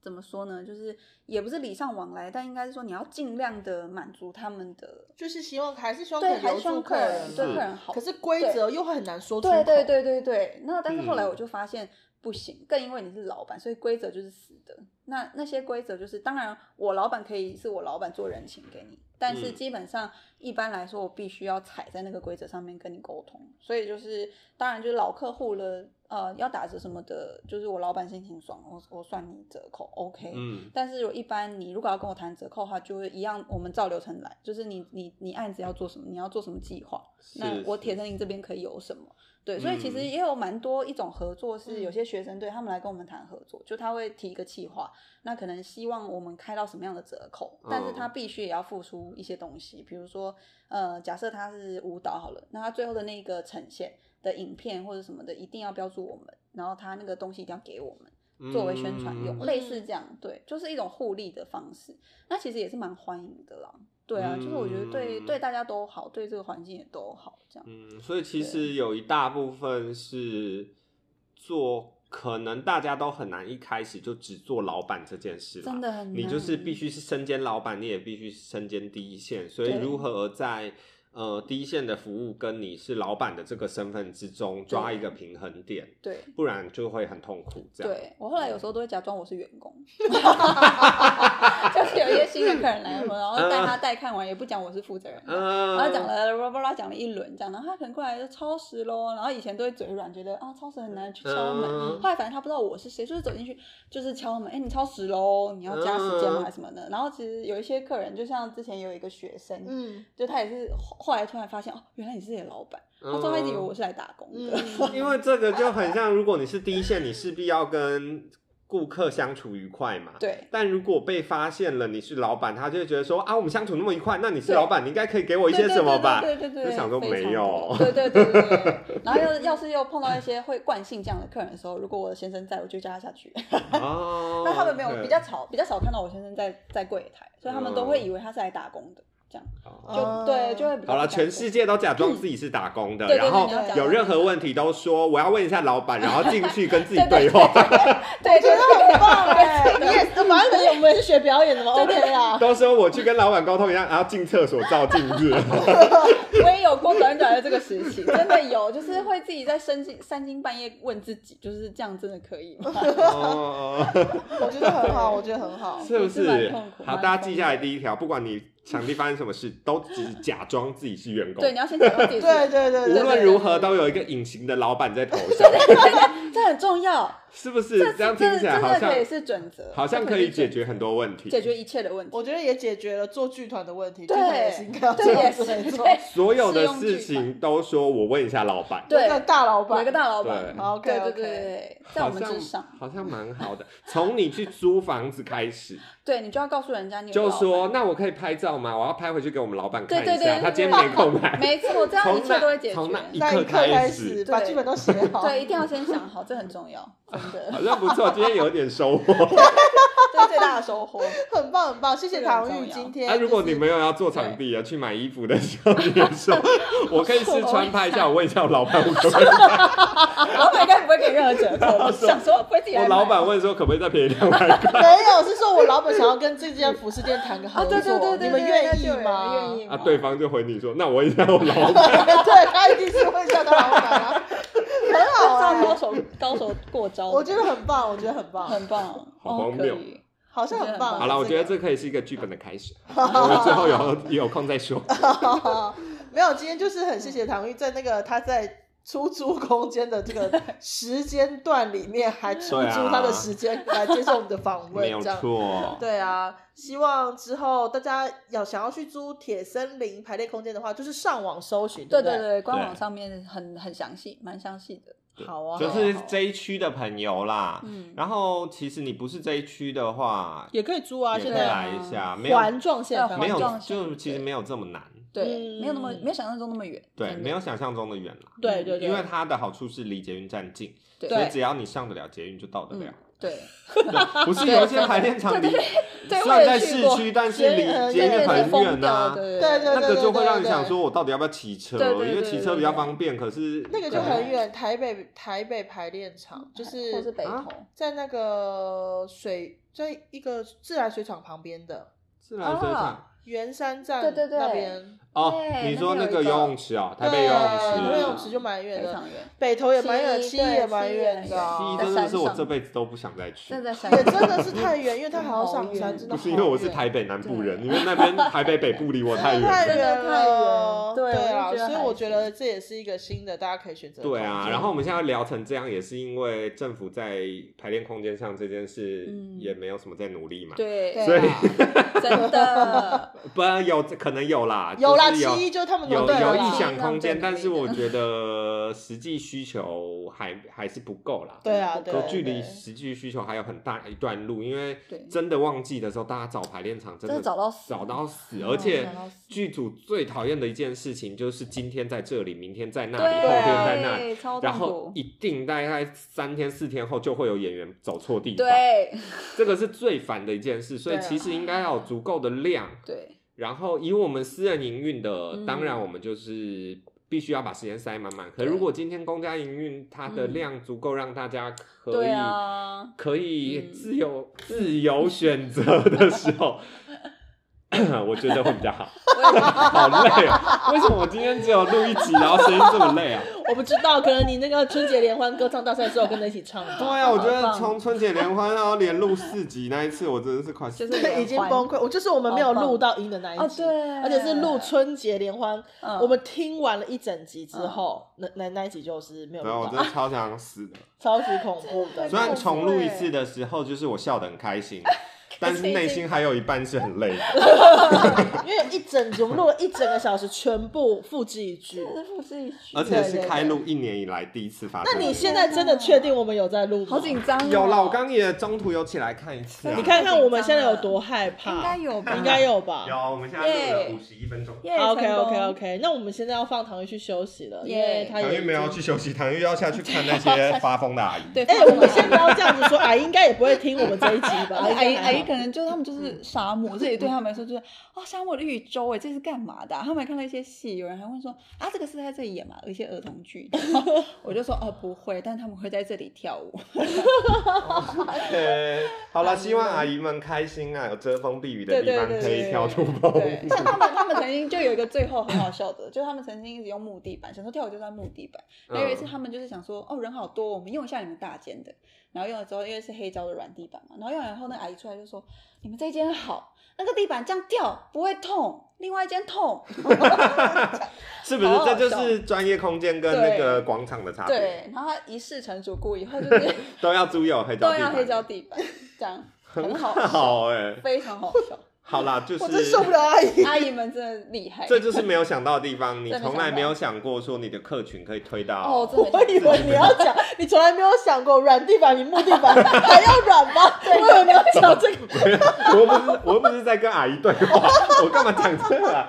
Speaker 3: 怎么说呢？就是也不是礼尚往来，但应该是说你要尽量的满足他们的，
Speaker 1: 就是希望还是希望可
Speaker 3: 对，
Speaker 1: 以
Speaker 3: 还
Speaker 1: 留
Speaker 3: 是希望
Speaker 1: 住
Speaker 3: 客人
Speaker 1: 人，
Speaker 3: 对
Speaker 2: 是
Speaker 3: 客人好。
Speaker 1: 可是规则又会很难说出
Speaker 3: 对
Speaker 1: 口
Speaker 3: 对对对对，那但是后来
Speaker 2: 嗯
Speaker 3: 我就发现不行，更因为你是老板，所以规则就是死的。那那些规则就是，当然我老板可以是我老板做人情给你，但是
Speaker 2: 嗯
Speaker 3: 基本上一般来说，我必须要踩在那个规则上面跟你沟通。所以就是，当然就是老客户了，呃，要打折什么的，就是我老板心情爽，我我算你折扣，OK。
Speaker 2: 嗯
Speaker 3: 但是，如果一般你如果要跟我谈折扣的话，就会一样，我们照流程来，就是你你你案子要做什么，你要做什么计划，那
Speaker 2: 是
Speaker 3: 我
Speaker 2: 是
Speaker 3: 铁森林这边可以有什么？对，所以其实
Speaker 2: 嗯
Speaker 3: 也有蛮多一种合作是，有
Speaker 1: 嗯
Speaker 3: 些学生对他们来跟我们谈合作，就他会提一个企划，那可能希望我们开到什么样的折扣，但是
Speaker 2: 嗯
Speaker 3: 他必须也要付出一些东西，比如说，呃，假设他是舞蹈好了，那他最后的那个呈现的影片或者什么的，一定要标注我们，然后他那个东西一定要给我们。作为宣传用，
Speaker 2: 嗯
Speaker 3: 类似这样，对，就是一种互利的方式。那其实也是蛮欢迎的啦，对啊，就是我觉得对
Speaker 2: 嗯
Speaker 3: 对大家都好，对这个环境也都好，这样。
Speaker 2: 嗯，所以其实有一大部分是做，可能大家都很难一开始就只做老板这件事啦
Speaker 3: 真的很难，
Speaker 2: 你就是必须是身兼老板，你也必须是身兼第一线，所以
Speaker 3: 对
Speaker 2: 如何在呃第一线的服务跟你是老板的这个身份之中抓一个平衡点，
Speaker 3: 对。
Speaker 2: 不然就会很痛苦。这样，嗯
Speaker 3: 对我后来有时候都会假装我是员工， 就是有一些新的客人来，然后带他带看完，也不讲我是负责人，
Speaker 2: 嗯，
Speaker 3: 然后讲了巴拉巴拉讲了一轮，这样，然后他可能过来就超时喽，然后以前都会嘴软，觉得啊超时很难去敲门，
Speaker 2: 嗯
Speaker 3: 后来反正他不知道我是谁，就是走进去就是敲门，哎你超时喽，你要加时间吗
Speaker 2: 嗯
Speaker 3: 还是什么的，然后其实有一些客人，就像之前有一个学生，
Speaker 1: 嗯
Speaker 3: 就他也是后后来突然发现哦原来你是你的老板，
Speaker 2: 嗯
Speaker 3: 他说他一直以为我是来打工的，
Speaker 1: 嗯，
Speaker 2: 因为这个就很像，如果你是第一线，你势必要跟顾客相处愉快嘛。
Speaker 3: 对。
Speaker 2: 但如果被发现了你是老板，他就会觉得说啊，我们相处那么愉快，那你是
Speaker 3: 对
Speaker 2: 老板，你应该可以给我一些什么吧？
Speaker 3: 对对对对对对
Speaker 2: 就想说
Speaker 3: 非常
Speaker 2: 没有
Speaker 3: 对对对对对。对然后要要是又碰到一些会惯性这样的客人的时候，如果我的先生在，我就叫他下去。
Speaker 2: 哦，
Speaker 3: 那他们没有
Speaker 2: 对
Speaker 3: 比较少比较少看到我先生在在柜台，所以他们都会以为他是来打工的，这样
Speaker 2: 哦
Speaker 3: 就、
Speaker 1: 哦
Speaker 3: 对就会比较
Speaker 2: 好了，
Speaker 3: 不敢
Speaker 2: 全世界都假装自己是打工的，
Speaker 3: 对对对
Speaker 2: 然后
Speaker 3: 你要假
Speaker 2: 有
Speaker 3: 装
Speaker 2: 任何问题都说我要问一下老 板，然后进去跟自己对话，
Speaker 3: 对
Speaker 1: 觉
Speaker 3: 对
Speaker 1: 得很棒哎，你也是反正我们也是学表演的嘛
Speaker 3: 对对
Speaker 1: ，OK 啊啦。
Speaker 2: 都说我去跟老板沟通一样，然后进厕所照镜 子。
Speaker 3: 对，我也有过短短的这个时期，真的有，就是会自己在深更三更半夜问自己，就是这样真的可以 吗？
Speaker 2: 哦，
Speaker 1: 我觉得很好，我觉得很好。
Speaker 2: 是不
Speaker 3: 也是蛮
Speaker 2: 是
Speaker 3: 痛苦？
Speaker 2: 好，
Speaker 3: 蛮
Speaker 2: 大家
Speaker 3: 痛苦
Speaker 2: 记下来第一条，不管你场地发生什么事，都只假装自己是员工
Speaker 3: 对，。你要先讲到 自己是
Speaker 1: 对对对
Speaker 2: 无
Speaker 1: 对，
Speaker 2: 论如何，都有一个隐形的老板在头上。
Speaker 3: 这很重要。
Speaker 2: 是不是
Speaker 3: 这
Speaker 2: 这样
Speaker 3: 这
Speaker 2: 听起来
Speaker 3: 这
Speaker 2: 好
Speaker 3: 个
Speaker 2: 像
Speaker 3: 可以是准则，
Speaker 2: 好像
Speaker 3: 这
Speaker 2: 可
Speaker 3: 以
Speaker 2: 以
Speaker 3: 是
Speaker 2: 解
Speaker 3: 准
Speaker 2: 决很多问题，
Speaker 3: 解决一切的问题
Speaker 1: 我。觉得也解决了做剧团的问题，剧
Speaker 3: 对
Speaker 1: 团也是应该要
Speaker 3: 对
Speaker 1: 这样
Speaker 3: 也
Speaker 1: 子
Speaker 3: 是
Speaker 1: 没错。
Speaker 3: 对
Speaker 2: 所有
Speaker 3: 适
Speaker 2: 的
Speaker 3: 用
Speaker 2: 事
Speaker 3: 剧
Speaker 2: 情都说我问一下老板，
Speaker 1: 有一 个大老板，
Speaker 3: 有一个大老
Speaker 2: 对
Speaker 3: 板，
Speaker 1: 好，OK，
Speaker 3: 对对
Speaker 1: OK
Speaker 3: 对对，在我
Speaker 2: 好
Speaker 3: 们之
Speaker 2: 像
Speaker 3: 上，
Speaker 2: 好像蛮好的。从你去租房子开始，
Speaker 3: 对你就要告诉人家你有
Speaker 2: 就
Speaker 3: 老
Speaker 2: 说
Speaker 3: 板
Speaker 2: 那我可以拍照吗？我要拍回去给我们老板看
Speaker 3: 对
Speaker 2: 一
Speaker 3: 对对
Speaker 2: 下，，他今天没空来。
Speaker 3: 没错，这样一
Speaker 2: 从
Speaker 3: 切
Speaker 2: 那
Speaker 3: 都会解
Speaker 2: 从那
Speaker 3: 决。
Speaker 2: 一
Speaker 1: 那一
Speaker 2: 刻
Speaker 1: 刻开
Speaker 2: 始，
Speaker 1: 把
Speaker 3: 对
Speaker 1: 剧本都写好。
Speaker 3: 对，一定要先想好，这很重要，真
Speaker 2: 好
Speaker 3: 的，
Speaker 2: 像不错，今天有点收获。
Speaker 3: 这是最大的收获。
Speaker 1: 很棒很棒，谢谢
Speaker 3: 这个很
Speaker 1: 唐
Speaker 3: 重
Speaker 1: 玉
Speaker 3: 要
Speaker 1: 今天。
Speaker 2: 啊，如果你没有要做场地啊，去买衣服的时候，你也说我可以试穿拍一下，我问一下我老板，我可不可以？
Speaker 3: 老板应该不会给任何折 扣，我想说不会自己来
Speaker 2: 我
Speaker 3: 买
Speaker 2: 老板问说可不可以再便宜两百块？
Speaker 1: 没有，是说我老板想要跟这间服饰店谈个合
Speaker 3: 啊，
Speaker 1: 作，
Speaker 3: 对对对对，
Speaker 1: 你们愿意吗？
Speaker 3: 吗？愿意
Speaker 2: 啊，
Speaker 3: 吗
Speaker 2: 对，方就回你说，那我问一下我老板。
Speaker 1: 对他一定是会叫他老板啊，
Speaker 3: 这
Speaker 1: 很好
Speaker 3: 样
Speaker 1: 哎、
Speaker 3: 高手高手过招，
Speaker 1: 我觉得很棒，我觉得很棒，
Speaker 3: 很棒，
Speaker 2: 好
Speaker 3: 哦
Speaker 2: 荒
Speaker 3: 可
Speaker 2: 谬
Speaker 3: 以。
Speaker 1: 好像很棒。啊
Speaker 2: 好了，我觉得
Speaker 1: 这
Speaker 2: 这可以是一个剧本的开始，我们最后有 有空再说。
Speaker 1: 个没有，今天就是很谢谢唐玉在那个他在。出租空间的这个时间段里面，还出
Speaker 2: 对
Speaker 1: 租
Speaker 2: 啊
Speaker 1: 他的时间来接受我们的访问
Speaker 2: 没，有
Speaker 1: 这样
Speaker 2: 错，
Speaker 1: 对啊，希望之后大家要想要去租铁森林排列空间的话，就是上网搜寻，
Speaker 3: 对
Speaker 1: 不对
Speaker 3: 对对，官网
Speaker 2: 对
Speaker 3: 上面很很详细，蛮详细的。
Speaker 1: 好啊，
Speaker 2: 就是
Speaker 1: 好啊
Speaker 2: 这一区的朋友啦。
Speaker 3: 嗯，
Speaker 2: 然后其实你不是这一区的话，
Speaker 1: 也可以租啊，
Speaker 2: 也
Speaker 1: 现
Speaker 2: 可以
Speaker 3: 对
Speaker 1: 在
Speaker 2: 来一下，没有
Speaker 1: 环状线
Speaker 3: 呃
Speaker 1: 环
Speaker 2: 没
Speaker 3: 环
Speaker 2: 有，
Speaker 3: 状
Speaker 2: 就
Speaker 3: 线
Speaker 2: 其实
Speaker 3: 对
Speaker 2: 没有这么难，
Speaker 3: 对，没有那么
Speaker 1: 嗯
Speaker 3: 没有想象中那么远。
Speaker 2: 对，
Speaker 3: 真的
Speaker 2: 没有想象中的远啦。
Speaker 1: 对对对，
Speaker 2: 因为它的好处是离捷运站近，
Speaker 3: 对
Speaker 2: 所以只要你上得了捷运就到得了。
Speaker 3: 嗯对
Speaker 2: 对不是
Speaker 3: 对
Speaker 2: 有一些
Speaker 3: 对
Speaker 2: 排练场离
Speaker 3: 对对对
Speaker 2: 虽
Speaker 3: 我
Speaker 2: 然
Speaker 3: 也
Speaker 2: 在
Speaker 3: 去
Speaker 2: 市
Speaker 3: 过
Speaker 2: 区，但是
Speaker 1: 捷
Speaker 2: 离
Speaker 1: 呃
Speaker 2: 捷
Speaker 1: 对
Speaker 2: 运
Speaker 1: 对
Speaker 2: 很
Speaker 3: 疯
Speaker 2: 远啊
Speaker 3: 掉
Speaker 2: 呐。
Speaker 3: 对
Speaker 1: 对对
Speaker 2: 那个就会让你
Speaker 1: 对
Speaker 2: 想
Speaker 1: 对
Speaker 2: 说，我到底要不要骑车？
Speaker 3: 对对对
Speaker 2: 因为骑车比较方便，可是
Speaker 1: 那个就
Speaker 2: 可能
Speaker 1: 很远，台北台北排练
Speaker 3: 嗯
Speaker 1: 场就
Speaker 3: 或是
Speaker 1: 是
Speaker 3: 北
Speaker 2: 啊
Speaker 3: 投，
Speaker 1: 在那个水，在一个自来水厂旁边的
Speaker 2: 自来
Speaker 1: 哦
Speaker 2: 水厂
Speaker 3: 啊
Speaker 1: 圆山站
Speaker 3: 对对对
Speaker 1: 那边，
Speaker 2: 哦
Speaker 3: 对，
Speaker 2: 你
Speaker 3: 那
Speaker 2: 说
Speaker 3: 边
Speaker 2: 那
Speaker 3: 有一
Speaker 2: 个
Speaker 3: 个
Speaker 2: 游泳池啊，台北
Speaker 1: 对
Speaker 2: 游
Speaker 1: 台北游
Speaker 2: 泳
Speaker 1: 泳
Speaker 2: 池
Speaker 1: 池。就蛮远
Speaker 3: 非
Speaker 1: 的，
Speaker 3: 常远，
Speaker 1: 北投也蛮远，
Speaker 3: 七
Speaker 1: 七也
Speaker 3: 对
Speaker 1: 蛮
Speaker 3: 七
Speaker 1: 远
Speaker 3: 也
Speaker 1: 的
Speaker 2: 第一
Speaker 1: 啊，
Speaker 3: 在
Speaker 2: 真的是
Speaker 3: 山
Speaker 2: 我
Speaker 3: 上
Speaker 2: 这辈子都不想再去
Speaker 3: 正，在想
Speaker 1: 也真的是太远，因为他还要
Speaker 3: 好
Speaker 1: 上山，
Speaker 3: 远
Speaker 1: 真的
Speaker 2: 不是
Speaker 1: 好
Speaker 2: 因为我是
Speaker 1: 远
Speaker 2: 台北南部人，
Speaker 3: 对
Speaker 2: 因为那边台北北部离我太远
Speaker 1: 太
Speaker 2: 了。
Speaker 1: 远了，
Speaker 3: 真的太远对
Speaker 1: 啊，
Speaker 3: 我就
Speaker 1: 所
Speaker 3: 觉得
Speaker 1: 以
Speaker 3: 还
Speaker 1: 我觉
Speaker 3: 行
Speaker 1: 得这也是一个新的大家可以选择的空
Speaker 2: 对
Speaker 1: 间。
Speaker 2: 啊，然后我们现在聊成这样，也是因为政府在排练空间上这件事
Speaker 3: 嗯
Speaker 2: 也没有什么在努力嘛。，
Speaker 3: 对，
Speaker 1: 对
Speaker 2: 所 以
Speaker 1: 啊
Speaker 3: 真的
Speaker 2: 不然有可能有啦，
Speaker 1: 有啦，
Speaker 2: 就是有
Speaker 1: 七一就他们
Speaker 2: 有
Speaker 1: 对
Speaker 2: 有
Speaker 1: 了
Speaker 2: 意
Speaker 1: 啦
Speaker 2: 想空间，
Speaker 3: 啊对
Speaker 2: 但是
Speaker 3: 对
Speaker 2: 我觉得实际需求还还是不够啦。
Speaker 1: 对啊，对
Speaker 2: 就
Speaker 1: 啊，
Speaker 2: 距离
Speaker 1: 对
Speaker 2: 实际需求还有很大一段路，因为
Speaker 3: 对
Speaker 2: 真的旺季的时候，大家找排练场真
Speaker 3: 真的
Speaker 2: 的
Speaker 3: 找到死
Speaker 2: 找到死，
Speaker 3: 嗯
Speaker 2: 而且
Speaker 3: 找到死
Speaker 2: 剧组最讨厌的一件事情就是今天在这里，明天在那
Speaker 3: 对，
Speaker 2: 里，后天在那里。
Speaker 3: 对超
Speaker 2: 然
Speaker 3: 痛
Speaker 2: 后
Speaker 3: 苦，
Speaker 2: 一定大概三天四天后就会有演员走错地方，
Speaker 3: 对
Speaker 2: 这个是最烦的一件事，所以
Speaker 1: 对啊
Speaker 2: 其实应该要有足够的量，
Speaker 3: 对
Speaker 2: 然后以我们私人营运的，
Speaker 3: 嗯
Speaker 2: 当然我们就是必须要把时间塞满满。可是
Speaker 3: 对
Speaker 2: 如果今天公家营运它的
Speaker 3: 嗯
Speaker 2: 量足够让大家可以、
Speaker 3: 对 啊，
Speaker 2: 可以
Speaker 3: 嗯
Speaker 2: 自由、自由选择的时候。 我觉得会比较 好，
Speaker 3: 我也
Speaker 2: 好累哦！为什么我今天只有录一集，然后声音这么累啊？
Speaker 1: 我不知道，可能你那个春节联欢歌唱大赛的时候跟着一起唱
Speaker 2: 对
Speaker 1: 吧。
Speaker 2: 啊，我觉得
Speaker 3: 棒
Speaker 2: 从春节联欢然后连录四集那一次，我真的是快
Speaker 3: 就
Speaker 2: 死。
Speaker 3: 是连
Speaker 1: 已经
Speaker 3: 环
Speaker 1: 崩啊溃，我就是我们没有
Speaker 3: 好棒
Speaker 1: 录到音的那一
Speaker 3: 哦
Speaker 1: 集，
Speaker 3: 对
Speaker 1: 而且是录春节联欢，
Speaker 3: 嗯
Speaker 1: 我们听完了一整集之后，那那那一集就是没有
Speaker 2: 对啊，我
Speaker 1: 录
Speaker 2: 真
Speaker 1: 到
Speaker 2: 的，超想死的。
Speaker 1: 超级恐怖的
Speaker 3: 真的。
Speaker 2: 虽然重录一次的时候，就是我笑得很开心，但是内心还有一半是很累的。
Speaker 1: 因为一整集我们录了一整个小时，全部复制一句。
Speaker 3: 这是复制一句，
Speaker 2: 而且是开录一年以来第一次发生。
Speaker 1: 那你现在真的确定我们有在录吗？
Speaker 3: 好紧张哦，
Speaker 2: 有啦，我刚也中途有起来看一次啊。
Speaker 1: 你看看我们现在有多害怕，
Speaker 3: 应该有吧，
Speaker 1: 应该有吧。
Speaker 2: 有，我们现在录了五十一分钟。
Speaker 3: 耶
Speaker 1: OK
Speaker 3: 成功
Speaker 1: OK OK，那我们现在要放唐玉去休息了，因
Speaker 3: 耶
Speaker 1: 为他
Speaker 2: 唐
Speaker 1: 也
Speaker 2: 玉
Speaker 1: 已
Speaker 2: 没有要
Speaker 1: 经
Speaker 2: 去休息，唐玉要下去看那些发疯的阿姨。
Speaker 3: 对，
Speaker 1: 哎、我们先不要这样子说，阿姨应该也不会听我们这一集吧？
Speaker 3: 阿姨阿姨
Speaker 1: 应该
Speaker 3: 可能就是他们就是沙漠，这也对他们来说 就是哦，沙漠绿洲哎，这是干嘛的啊、他们还看到一些戏，有人还问说啊，这个是在这里演嘛？有一些儿童剧，然后 我就说哦不会，但他们会在这里跳舞。
Speaker 2: 对，好了，希望阿姨们开心啊，有遮风避雨的地方
Speaker 1: 对对对
Speaker 2: 可以
Speaker 1: 对
Speaker 2: 跳出风。
Speaker 3: 对，像他们他们曾经就有一个最后很好笑的，就是他们曾经一直用木地板，想说跳舞就在木地板。然后
Speaker 2: 嗯
Speaker 3: 有一次他们就是想说哦人好多，我们用一下你们大间的，然后用了之后因为是黑胶的软地板嘛，然后用完以后那阿姨出来就说说：“你们这间好，那个地板这样掉不会痛，另外一间 痛。
Speaker 2: 是不是
Speaker 3: 好好
Speaker 2: 这
Speaker 3: 笑
Speaker 2: 就是专业空间跟那个广场的”差别？
Speaker 3: 对，然后他一试成主顾以后 就是
Speaker 2: 都要租有黑胶
Speaker 3: 都
Speaker 2: 地
Speaker 3: 要
Speaker 2: 板，
Speaker 3: 啊黑胶地板，这样很好笑，
Speaker 2: 好哎、
Speaker 3: 非常好 笑。
Speaker 2: 好啦，就是
Speaker 1: 我真受不了阿姨。
Speaker 3: 阿姨们真的厉害，
Speaker 2: 这就是没有想到的地方，你
Speaker 3: 真的
Speaker 2: 从来
Speaker 3: 想不到
Speaker 2: 没有想过说你的客群可以推到
Speaker 3: 哦，真的
Speaker 1: 我以为你要讲，你从来没有想过软地板比木地板还要软吗？我以为你要讲这个，
Speaker 2: 我又不是我又不是在跟阿姨对 话，我干嘛讲这个、啊？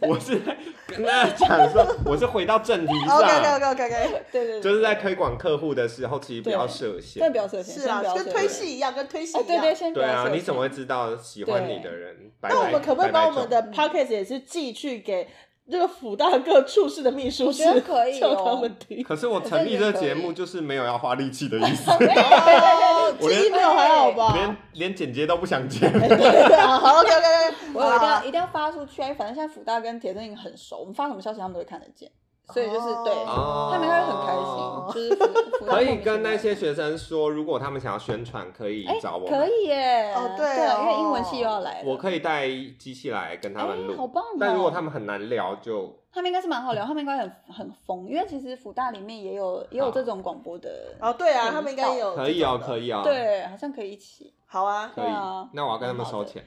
Speaker 2: 我是在跟大家讲说，我是回到正题 上
Speaker 1: OK OK OK OK，
Speaker 3: 对对对，
Speaker 2: 就是在推广客户的时候，其实不要设
Speaker 3: 真的
Speaker 2: 限。
Speaker 3: 不要设限，
Speaker 1: 是啊
Speaker 3: 先不，要
Speaker 1: 跟
Speaker 3: 设
Speaker 1: 推
Speaker 3: 限
Speaker 1: 戏一样，跟推戏
Speaker 3: 啊，
Speaker 1: 一
Speaker 3: 对
Speaker 1: 样。
Speaker 3: 对，先不
Speaker 2: 对
Speaker 3: 要
Speaker 2: 啊，
Speaker 3: 设
Speaker 2: 你怎么
Speaker 3: 限
Speaker 2: 会知道喜欢你的人？白
Speaker 1: 那我们可不可以把我们
Speaker 2: 白白
Speaker 1: 的 podcast 也是寄去给这个辅大各处室的秘书室
Speaker 3: 我觉得可以哦
Speaker 1: 叫他们听
Speaker 2: 种？可是我成立这节目就是没有要花力气的意思，
Speaker 1: 哦，
Speaker 2: 我连
Speaker 1: 寄 email 还好
Speaker 2: 连
Speaker 1: 吧？
Speaker 2: 连剪接都不想 剪。
Speaker 3: 哎
Speaker 1: 对啊，好 OK OK OK，
Speaker 3: 我一定
Speaker 2: 啊
Speaker 3: 要一定要发出去，哎反正现在福大跟铁证营很熟，我们发什么消息他们都会看得见，所以就是对，
Speaker 2: 哦
Speaker 3: 他们会很开心，就是福福大
Speaker 2: 可
Speaker 3: 莫
Speaker 2: 以
Speaker 3: 名其妙
Speaker 2: 跟那些学生说，如果他们想要宣传，可以
Speaker 3: 哎
Speaker 2: 找我
Speaker 3: 可
Speaker 2: 们，
Speaker 3: 以耶，
Speaker 1: 哦对
Speaker 3: 对，啊
Speaker 1: 哦
Speaker 3: 因为英文系又要来了，
Speaker 2: 我可以带机器来跟他们
Speaker 3: 哎好
Speaker 2: 录。
Speaker 3: 棒哦！
Speaker 2: 但如果他们很难聊，就
Speaker 3: 他们应该是蛮好聊，他们应该很很疯，因为其实福大里面也
Speaker 2: 啊
Speaker 3: 有也有这种广播的，
Speaker 1: 哦，对啊，他们应该也有
Speaker 2: 可以
Speaker 1: 这
Speaker 2: 哦，
Speaker 1: 种的
Speaker 2: 可以哦，，
Speaker 3: 对，啊好像可以一起，
Speaker 1: 好啊，
Speaker 2: 可以
Speaker 3: 对啊。
Speaker 2: 那我要跟他们收
Speaker 3: 蛮好的
Speaker 2: 钱，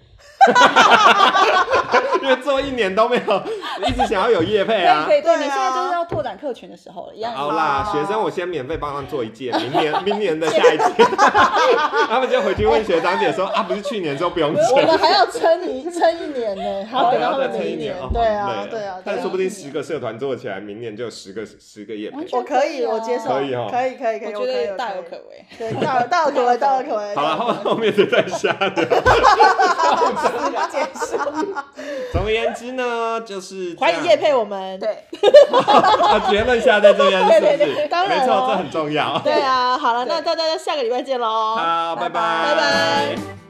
Speaker 2: 因为做一年都没有，一直想要有业配啊
Speaker 3: 可。以，对，
Speaker 1: 对啊
Speaker 3: 你现在就是要拓展客群的时候了，一样。啊
Speaker 2: 好
Speaker 1: 好
Speaker 2: 啦，
Speaker 1: 好
Speaker 2: 学生，我先免费帮他们做一届，明 年明年的下一届， 他们就回去问学长姐说啊，不是去年说不用
Speaker 1: 我
Speaker 2: 钱，
Speaker 1: 们还要撑一撑一年 呢，还要
Speaker 2: 哦
Speaker 1: 等
Speaker 2: 等
Speaker 1: 到
Speaker 2: 要
Speaker 1: 他
Speaker 2: 再
Speaker 1: 们
Speaker 2: 撑
Speaker 1: 明
Speaker 2: 一年，哦
Speaker 1: 对
Speaker 2: 好
Speaker 1: 啊
Speaker 2: 累，
Speaker 1: 对啊，对
Speaker 2: 但
Speaker 1: 啊
Speaker 2: 说不定十个社团做起来，明年就有十个十个业配
Speaker 3: 完。全
Speaker 1: 我可以，
Speaker 3: 就可以啊
Speaker 1: 我接受，
Speaker 2: 可以哦
Speaker 1: 可以，可以，可以，
Speaker 3: 我觉
Speaker 1: 可以
Speaker 3: 得大有可，为。
Speaker 1: 以对，大有大有可为，大有可为。
Speaker 2: 好了，后 后面就在下的。
Speaker 1: 了解释，
Speaker 2: 总而言之呢，就是
Speaker 1: 欢迎叶
Speaker 2: 叶
Speaker 1: 配我们。
Speaker 3: 对，
Speaker 2: 啊，结论下在这边，是不 是？
Speaker 1: 对对对当然
Speaker 2: 没
Speaker 1: 哦
Speaker 2: 错，这很重要。
Speaker 1: 对啊，好了，
Speaker 3: 对
Speaker 1: 那大家下个礼拜见喽。
Speaker 2: 好，拜
Speaker 3: 拜
Speaker 1: 拜
Speaker 2: 拜
Speaker 1: 拜